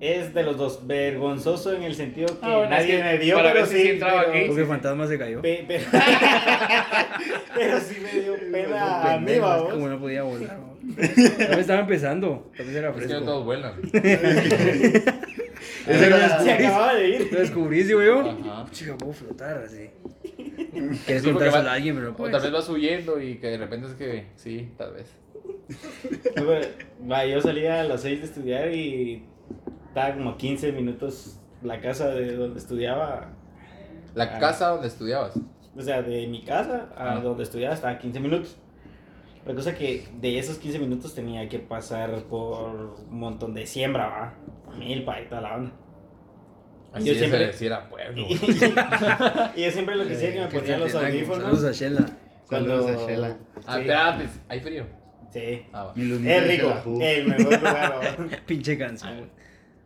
[SPEAKER 4] Es de los dos. Vergonzoso en el sentido que
[SPEAKER 3] Ah, bueno,
[SPEAKER 4] nadie
[SPEAKER 3] es que
[SPEAKER 4] me vio,
[SPEAKER 3] para
[SPEAKER 4] pero
[SPEAKER 3] ver si
[SPEAKER 4] sí.
[SPEAKER 3] sí entraba
[SPEAKER 4] pero-
[SPEAKER 3] aquí.
[SPEAKER 1] Porque el fantasma se cayó.
[SPEAKER 4] Pe- Pero, pero sí me dio
[SPEAKER 2] Los
[SPEAKER 4] pena a mí,
[SPEAKER 1] Pendejo, es
[SPEAKER 4] babos.
[SPEAKER 1] Como no podía volar. babos. También estaba empezando. También era
[SPEAKER 3] Es que no
[SPEAKER 1] fresco.
[SPEAKER 3] todos vuelan.
[SPEAKER 2] Ese era-
[SPEAKER 4] Se acababa de ir.
[SPEAKER 1] Lo descubrí, sí, weón.
[SPEAKER 3] Ajá.
[SPEAKER 1] Chica, puedo flotar así. Quieres
[SPEAKER 3] Sí, porque
[SPEAKER 1] contárselo
[SPEAKER 3] va-
[SPEAKER 1] a alguien, pero no
[SPEAKER 3] O
[SPEAKER 1] puedes.
[SPEAKER 3] tal vez vas huyendo y que de repente es que. Sí, tal vez.
[SPEAKER 4] Va, yo salía a las 6 de estudiar y estaba como a 15 minutos la casa de donde estudiaba.
[SPEAKER 3] La
[SPEAKER 4] Ah.
[SPEAKER 3] casa donde estudiabas.
[SPEAKER 4] O sea, de mi casa a
[SPEAKER 3] Ah.
[SPEAKER 4] donde estudiaba estaba a 15 minutos. La cosa que de esos 15 minutos tenía que pasar por un montón de siembra, va. Milpa y toda la onda.
[SPEAKER 3] Así
[SPEAKER 4] Yo
[SPEAKER 3] es,
[SPEAKER 4] siempre-
[SPEAKER 3] era- sí era pueblo.
[SPEAKER 4] Y, yo siempre lo que hacía es que me
[SPEAKER 1] Que
[SPEAKER 4] ponía los
[SPEAKER 1] se atendan. Saludos
[SPEAKER 4] audífonos.
[SPEAKER 1] a Shela.
[SPEAKER 2] Saludos a
[SPEAKER 4] Cuando-
[SPEAKER 2] Shela.
[SPEAKER 3] Ah, espérate, hay frío.
[SPEAKER 4] Sí.
[SPEAKER 3] Ah, va.
[SPEAKER 2] Mi lunita
[SPEAKER 4] Es
[SPEAKER 2] de
[SPEAKER 4] rico,
[SPEAKER 2] Shela Ju.
[SPEAKER 3] Eh.
[SPEAKER 4] el mejor lugar. va.
[SPEAKER 1] Pinche canción.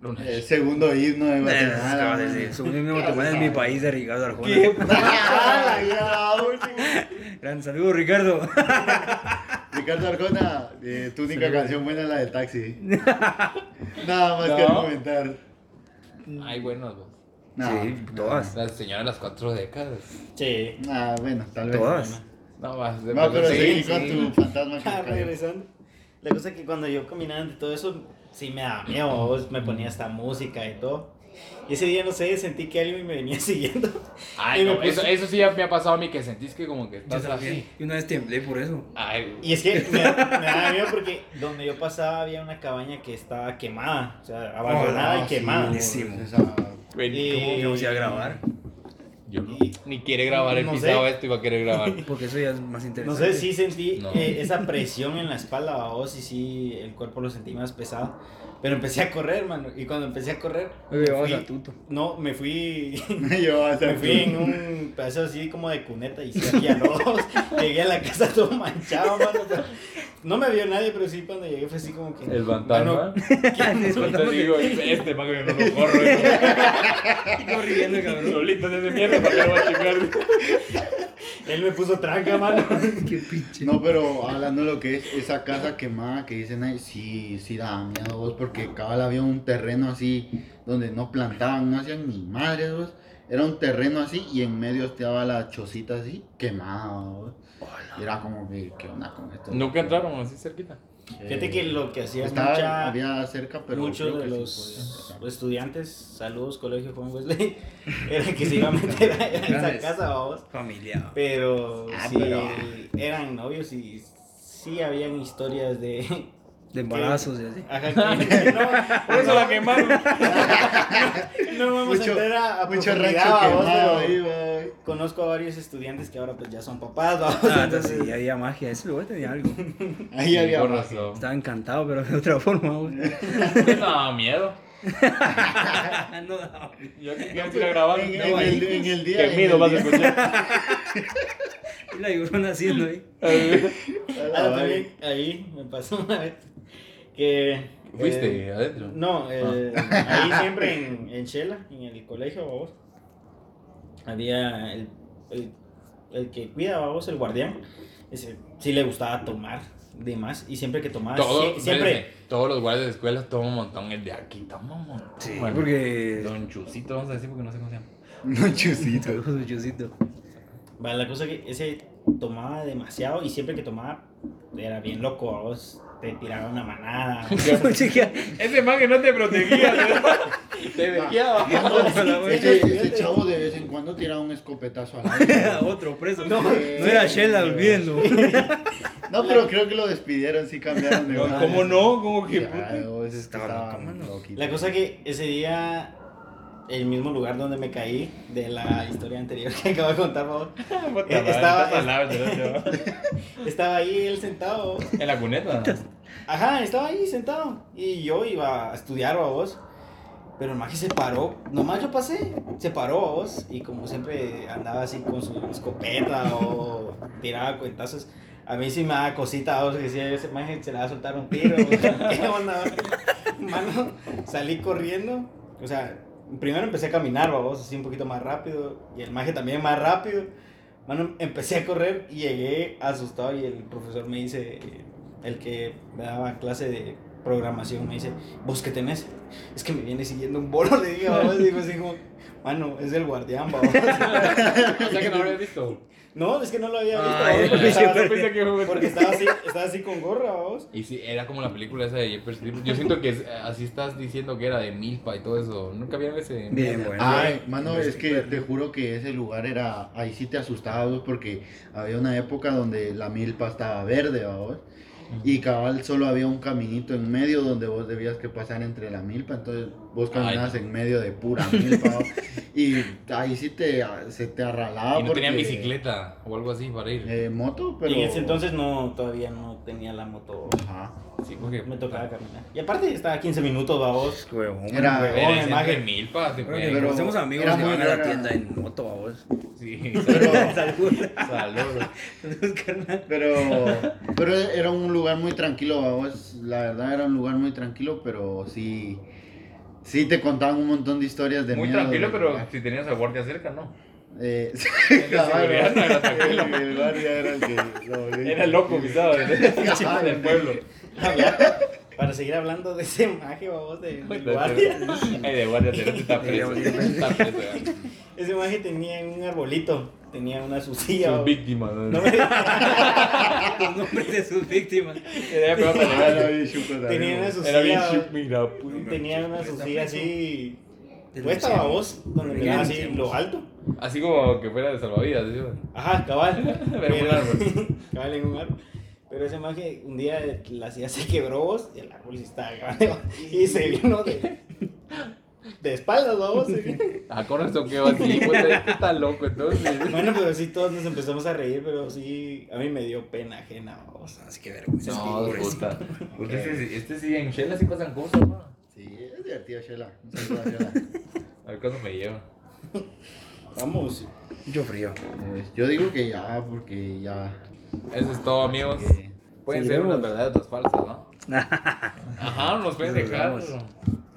[SPEAKER 3] Luna.
[SPEAKER 2] El eh, segundo himno de
[SPEAKER 1] Nah, es que
[SPEAKER 2] Guatemala.
[SPEAKER 1] vas a decir,
[SPEAKER 2] man.
[SPEAKER 1] Su himno Eh, de Guatemala es mi país de Ricardo Arjona.
[SPEAKER 2] Ah, la última.
[SPEAKER 1] Gran saludo, Ricardo.
[SPEAKER 2] Ricardo Arjona, eh, tu única canción buena es la del taxi. Nada más que
[SPEAKER 3] No.
[SPEAKER 2] comentar.
[SPEAKER 3] Hay buenas, vos.
[SPEAKER 2] No,
[SPEAKER 1] sí, todas.
[SPEAKER 3] Las señoras de las cuatro décadas.
[SPEAKER 4] Sí.
[SPEAKER 2] Ah, bueno, tal vez.
[SPEAKER 1] Todas.
[SPEAKER 3] No, más. de-
[SPEAKER 2] No, pero
[SPEAKER 3] sí,
[SPEAKER 2] seguí con
[SPEAKER 3] sí.
[SPEAKER 2] tu fantasma que
[SPEAKER 4] Ah,
[SPEAKER 2] cayó.
[SPEAKER 4] regresando. La cosa es que cuando yo caminaba ante todo eso, sí me daba miedo, babos, me ponía esta música y todo. Y ese día, no sé, sentí que alguien me venía siguiendo.
[SPEAKER 3] Ay,
[SPEAKER 4] Y
[SPEAKER 3] no,
[SPEAKER 4] me puse-
[SPEAKER 3] eso, eso sí ya me ha pasado a mí que sentís que como que
[SPEAKER 1] Yo
[SPEAKER 3] estás
[SPEAKER 1] también.
[SPEAKER 3] así.
[SPEAKER 1] Y una vez temblé por eso.
[SPEAKER 3] Ay,
[SPEAKER 4] Y es que me, da- me daba miedo porque donde yo pasaba había una cabaña que estaba quemada, o sea, abandonada
[SPEAKER 2] Ah,
[SPEAKER 4] y
[SPEAKER 2] sí,
[SPEAKER 4] quemada.
[SPEAKER 1] Buenísimo.
[SPEAKER 2] esa-
[SPEAKER 3] güey,
[SPEAKER 4] Y-
[SPEAKER 1] ¿Cómo que vamos a ir a grabar?
[SPEAKER 3] yo no-
[SPEAKER 4] y-
[SPEAKER 3] ni quiere grabar el
[SPEAKER 4] no
[SPEAKER 3] pisado
[SPEAKER 4] sé.
[SPEAKER 3] esto y va a querer grabar.
[SPEAKER 1] Porque eso ya es más
[SPEAKER 4] No
[SPEAKER 1] interesante.
[SPEAKER 4] sé, sí sentí
[SPEAKER 3] No.
[SPEAKER 4] eh, esa presión en la espalda, babos, y sí, el cuerpo lo sentí más pesado. Pero empecé a correr, mano, y cuando empecé a correr...
[SPEAKER 1] Me
[SPEAKER 4] me
[SPEAKER 1] llevabas
[SPEAKER 4] fui-
[SPEAKER 1] a Tuto.
[SPEAKER 4] No, me fui...
[SPEAKER 2] Me llevó hasta
[SPEAKER 4] Me
[SPEAKER 2] el
[SPEAKER 4] fui
[SPEAKER 2] club.
[SPEAKER 4] en un pedazo así como de cuneta y se había lobos. llegué a la casa todo manchado, mano. pero No me vio nadie, pero sí cuando llegué fue así como que.
[SPEAKER 3] El fantasma.
[SPEAKER 4] mano,
[SPEAKER 3] Yo te digo, este man que no lo corro.
[SPEAKER 1] corriendo,
[SPEAKER 3] ¿no?
[SPEAKER 1] cabrón.
[SPEAKER 3] Solito de ese mierda para que lo va a chingar.
[SPEAKER 4] él me puso tranca, mano.
[SPEAKER 1] Qué pinche.
[SPEAKER 2] No, pero hablando de lo que es esa casa quemada que dicen ahí, sí, sí da miedo vos, porque cabal había un terreno así donde no plantaban, no hacían ni madres vos. Era un terreno así y en medio estaba la chocita así quemada vos. Y era como que, ¿qué onda con esto?
[SPEAKER 3] Nunca entraron así cerquita.
[SPEAKER 2] Eh,
[SPEAKER 4] Fíjate que lo que hacía
[SPEAKER 2] estaba,
[SPEAKER 4] mucha-
[SPEAKER 2] había cerca, pero creo
[SPEAKER 4] Muchos de
[SPEAKER 2] que sí
[SPEAKER 4] los pues,
[SPEAKER 2] podía entrar.
[SPEAKER 4] estudiantes, saludos, colegio Juan Wesley, era que se iba a meter a esa
[SPEAKER 1] Grandes.
[SPEAKER 4] casa, vamos.
[SPEAKER 1] Familia.
[SPEAKER 4] Pero
[SPEAKER 2] Ah,
[SPEAKER 4] sí,
[SPEAKER 2] pero-
[SPEAKER 4] eran novios y sí habían historias de.
[SPEAKER 1] De embarazos y así.
[SPEAKER 4] Ajá, que- no,
[SPEAKER 3] Por eso la quemaron.
[SPEAKER 4] No vamos
[SPEAKER 2] Mucho-
[SPEAKER 4] a entrar a, a
[SPEAKER 2] Mucho rancho
[SPEAKER 4] profundidad,
[SPEAKER 2] quemado
[SPEAKER 4] vamos, pero
[SPEAKER 2] ahí, vamos.
[SPEAKER 4] Conozco a varios estudiantes que ahora pues ya son papás, vamos,
[SPEAKER 1] Ah,
[SPEAKER 4] entonces,
[SPEAKER 1] entonces ya había magia. Ese lugar tenía algo.
[SPEAKER 2] Ahí había
[SPEAKER 3] Por
[SPEAKER 2] más.
[SPEAKER 3] razón.
[SPEAKER 1] Estaba encantado, pero de otra forma, güey.
[SPEAKER 3] No, miedo.
[SPEAKER 1] no daba miedo.
[SPEAKER 3] Yo que quiero ir a grabar.
[SPEAKER 2] En,
[SPEAKER 3] no,
[SPEAKER 2] en
[SPEAKER 3] ahí.
[SPEAKER 2] el, en el día.
[SPEAKER 3] Qué
[SPEAKER 2] en
[SPEAKER 3] miedo
[SPEAKER 2] el
[SPEAKER 3] vas a
[SPEAKER 2] día. Ah,
[SPEAKER 3] escuchar.
[SPEAKER 1] Y la llorona haciendo ahí.
[SPEAKER 4] ah, también ahí me pasó una vez que...
[SPEAKER 3] Fuiste
[SPEAKER 4] eh,
[SPEAKER 3] adentro.
[SPEAKER 4] no, eh, ahí siempre en, en Shela, en el colegio, vamos, había el, el, el que cuida, vamos, el guardián, ese, sí le gustaba tomar de más y siempre que tomaba,
[SPEAKER 3] Todo,
[SPEAKER 4] sie- siempre...
[SPEAKER 3] espérense, todos los guardias de escuela toman un montón. El de aquí toma un montón.
[SPEAKER 1] Sí,
[SPEAKER 3] Bueno,
[SPEAKER 1] porque.
[SPEAKER 3] Don Chusito, vamos a decir porque no sé cómo se llama.
[SPEAKER 2] No, chusito.
[SPEAKER 1] Saludos, Yusito.
[SPEAKER 4] Va, la cosa que ese tomaba demasiado y siempre que tomaba era bien loco, a vos te tiraba una manada.
[SPEAKER 1] Chica,
[SPEAKER 3] Ese man que no te protegía, Te veía.
[SPEAKER 2] Ese, ese chavo de vez en cuando tira un escopetazo al aire.
[SPEAKER 1] Otro preso.
[SPEAKER 2] No,
[SPEAKER 1] No era Shella, olvídenlo.
[SPEAKER 2] No, No, pero creo que lo despidieron, sí cambiaron de
[SPEAKER 3] No,
[SPEAKER 2] madre.
[SPEAKER 3] ¿Cómo no? ¿Cómo que
[SPEAKER 2] Ya,
[SPEAKER 3] puta?
[SPEAKER 2] vos, es que
[SPEAKER 1] Estaba
[SPEAKER 2] estaba
[SPEAKER 1] loco, mano.
[SPEAKER 2] loquito.
[SPEAKER 4] La cosa que ese día, el mismo lugar donde me caí de la historia anterior que acabo de contar, vos,
[SPEAKER 3] Puta madre,
[SPEAKER 4] estaba-
[SPEAKER 3] estas palabras, ¿no?
[SPEAKER 4] estaba ahí él sentado.
[SPEAKER 3] En la cuneta.
[SPEAKER 4] Ajá, estaba ahí sentado. Y yo iba a estudiar, a vos. Pero el maje se paró. Nomás yo pasé, se paró, a vos. Y como siempre andaba así con su escopeta o tiraba cuentazos. A mí sí me daba cosita, vos. Que decía, ese maje se le va a soltar un tiro. vos. ¿Qué onda, vos? Mano, salí corriendo. O sea, primero empecé a caminar, ¿va vos. Así un poquito más rápido. Y el maje también más rápido. Mano, empecé a correr y llegué asustado y el profesor me dice, el que me daba clase de programación, me dice, ¿vos qué tenés? Es que me viene siguiendo un bolo, le digo, vamos, digo así como, mano, es el guardián, vamos.
[SPEAKER 3] O sea que no lo habías visto.
[SPEAKER 4] No, es que no lo había visto,
[SPEAKER 1] Ah,
[SPEAKER 4] babos,
[SPEAKER 1] ya,
[SPEAKER 4] porque,
[SPEAKER 1] ya,
[SPEAKER 4] estaba,
[SPEAKER 1] ya,
[SPEAKER 4] así- porque estaba así, estaba así con gorra, vamos.
[SPEAKER 3] Y sí, era como la película esa de Jeepers Creepers. Yo siento que es- así estás diciendo que era de Milpa y todo eso. Nunca vieron ese.
[SPEAKER 1] Bien, bueno.
[SPEAKER 2] Ay, mano, es que te juro que ese lugar era. Ahí sí te asustabas porque había una época donde la milpa estaba verde, vos. Y cabal solo había un caminito en medio donde vos debías que pasar entre la milpa. Entonces vos caminabas en medio de pura milpa. ¿vos? Y ahí sí te, se te arralaba.
[SPEAKER 3] Y no tenían
[SPEAKER 2] ah, porque,
[SPEAKER 3] bicicleta o algo así para ir.
[SPEAKER 2] eh, moto, pero.
[SPEAKER 4] Y en ese entonces no, todavía no tenía la moto,
[SPEAKER 2] Ajá.
[SPEAKER 3] Sí, porque.
[SPEAKER 4] me tocaba caminar. Y aparte estaba 15 minutos, vamos.
[SPEAKER 1] Pues, Huevón,
[SPEAKER 2] Era-
[SPEAKER 1] huevón.
[SPEAKER 3] Era
[SPEAKER 4] Oh,
[SPEAKER 3] el centro
[SPEAKER 4] imagen.
[SPEAKER 3] de Milpa, te
[SPEAKER 1] Creo
[SPEAKER 3] pueden-
[SPEAKER 1] que
[SPEAKER 2] pero
[SPEAKER 1] conocemos amigos
[SPEAKER 2] era
[SPEAKER 1] que
[SPEAKER 2] muy
[SPEAKER 1] van a la
[SPEAKER 2] rara.
[SPEAKER 1] tienda en moto, a vos.
[SPEAKER 3] Sí,
[SPEAKER 2] Pero,
[SPEAKER 1] Salud.
[SPEAKER 3] salud.
[SPEAKER 1] Salud, carnal.
[SPEAKER 2] pero, pero era un lugar muy tranquilo, vamos. La verdad era un lugar muy tranquilo, pero sí. Sí te contaban un montón de historias de
[SPEAKER 3] Muy
[SPEAKER 2] miedo,
[SPEAKER 3] tranquilo,
[SPEAKER 2] de-
[SPEAKER 3] pero si tenías al guardia cerca, no.
[SPEAKER 2] Eh,
[SPEAKER 3] El de
[SPEAKER 2] cabal,
[SPEAKER 3] seguridad no era tranquilo.
[SPEAKER 2] el- el guardia era el que lo-
[SPEAKER 3] Era el loco, quizás,
[SPEAKER 2] Ajá,
[SPEAKER 3] del pueblo.
[SPEAKER 4] Para seguir hablando de ese maje, vamos, de, del guardia.
[SPEAKER 3] Ay, de guardia cerca, está preso. Está preso. ya.
[SPEAKER 4] Ese maje tenía un arbolito, tenía una sucilla.
[SPEAKER 3] Sus
[SPEAKER 4] babos.
[SPEAKER 3] víctimas.
[SPEAKER 4] No
[SPEAKER 3] ¿no?
[SPEAKER 4] me-
[SPEAKER 1] Los nombres de sus víctimas.
[SPEAKER 3] Era peor para
[SPEAKER 2] Ah,
[SPEAKER 3] llevar.
[SPEAKER 2] era bien chuco también,
[SPEAKER 4] Tenía
[SPEAKER 2] güey.
[SPEAKER 4] una
[SPEAKER 3] Era bien
[SPEAKER 4] sucilla.
[SPEAKER 3] chup, mira, puta.
[SPEAKER 4] Tenía una sucilla así. pues,
[SPEAKER 1] Te
[SPEAKER 4] Puesta
[SPEAKER 1] denunciamos.
[SPEAKER 4] babos, donde
[SPEAKER 1] Te
[SPEAKER 4] miraba así
[SPEAKER 1] denunciamos.
[SPEAKER 4] lo alto.
[SPEAKER 3] Así como que fuera de salvavidas. ¿sí?
[SPEAKER 4] Ajá, cabal.
[SPEAKER 3] Pero en un árbol.
[SPEAKER 4] cabal en un árbol. Pero ese maje, un día la silla se quebró vos y el árbol se estaba grande. Y se vino de. De espaldas, babos. se vino.
[SPEAKER 3] Ah, con eso quedó así. Pues, este está loco, entonces.
[SPEAKER 4] Bueno, pero sí, todos nos empezamos a reír, pero sí, a mí me dio pena ajena, babos.
[SPEAKER 1] Así que Ah, vergüenza.
[SPEAKER 3] No,
[SPEAKER 1] pobres.
[SPEAKER 3] puta. Porque este, este sí, en Shell así pasan cosas, ¿no?
[SPEAKER 2] Sí, es divertido, Shela. Un saludo a Shela.
[SPEAKER 3] A ver cuándo me lleva.
[SPEAKER 4] Vamos.
[SPEAKER 1] Yo frío.
[SPEAKER 2] Eh, Yo digo que ya, porque ya.
[SPEAKER 3] Eso es todo, amigos.
[SPEAKER 2] eh,
[SPEAKER 3] Pueden ser
[SPEAKER 1] Seguiremos.
[SPEAKER 3] unas verdades otras falsas, ¿no? Ajá, nos pueden dejar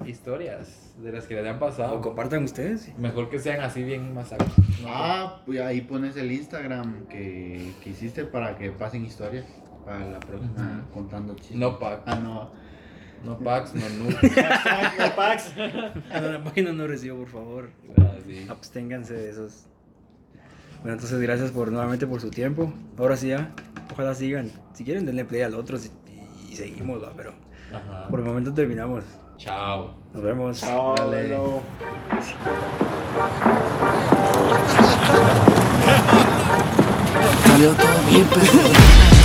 [SPEAKER 3] historias de las que les han
[SPEAKER 1] ¿O
[SPEAKER 3] pasado.
[SPEAKER 1] compartan ustedes?
[SPEAKER 3] Mejor que sean así bien masacres.
[SPEAKER 2] Ah, pues ahí pones el Instagram que, que hiciste para que pasen historias. Para la próxima, contando chistes.
[SPEAKER 3] No, pa.
[SPEAKER 2] Ah, no.
[SPEAKER 3] No packs, no nunca.
[SPEAKER 4] No, Pax.
[SPEAKER 1] Ah, no, la página no recibo, por favor.
[SPEAKER 3] sí.
[SPEAKER 1] Absténganse de esos. Bueno, entonces gracias por nuevamente por su tiempo. Ahora sí ya, ojalá sigan. Si quieren denle play al otro si- y, seguimos, va, pero
[SPEAKER 3] Ajá.
[SPEAKER 1] por el momento terminamos.
[SPEAKER 3] Chao.
[SPEAKER 1] Nos vemos.
[SPEAKER 4] Chao,
[SPEAKER 2] Dale.
[SPEAKER 4] Lelo.
[SPEAKER 6] Yo todo bien, pero-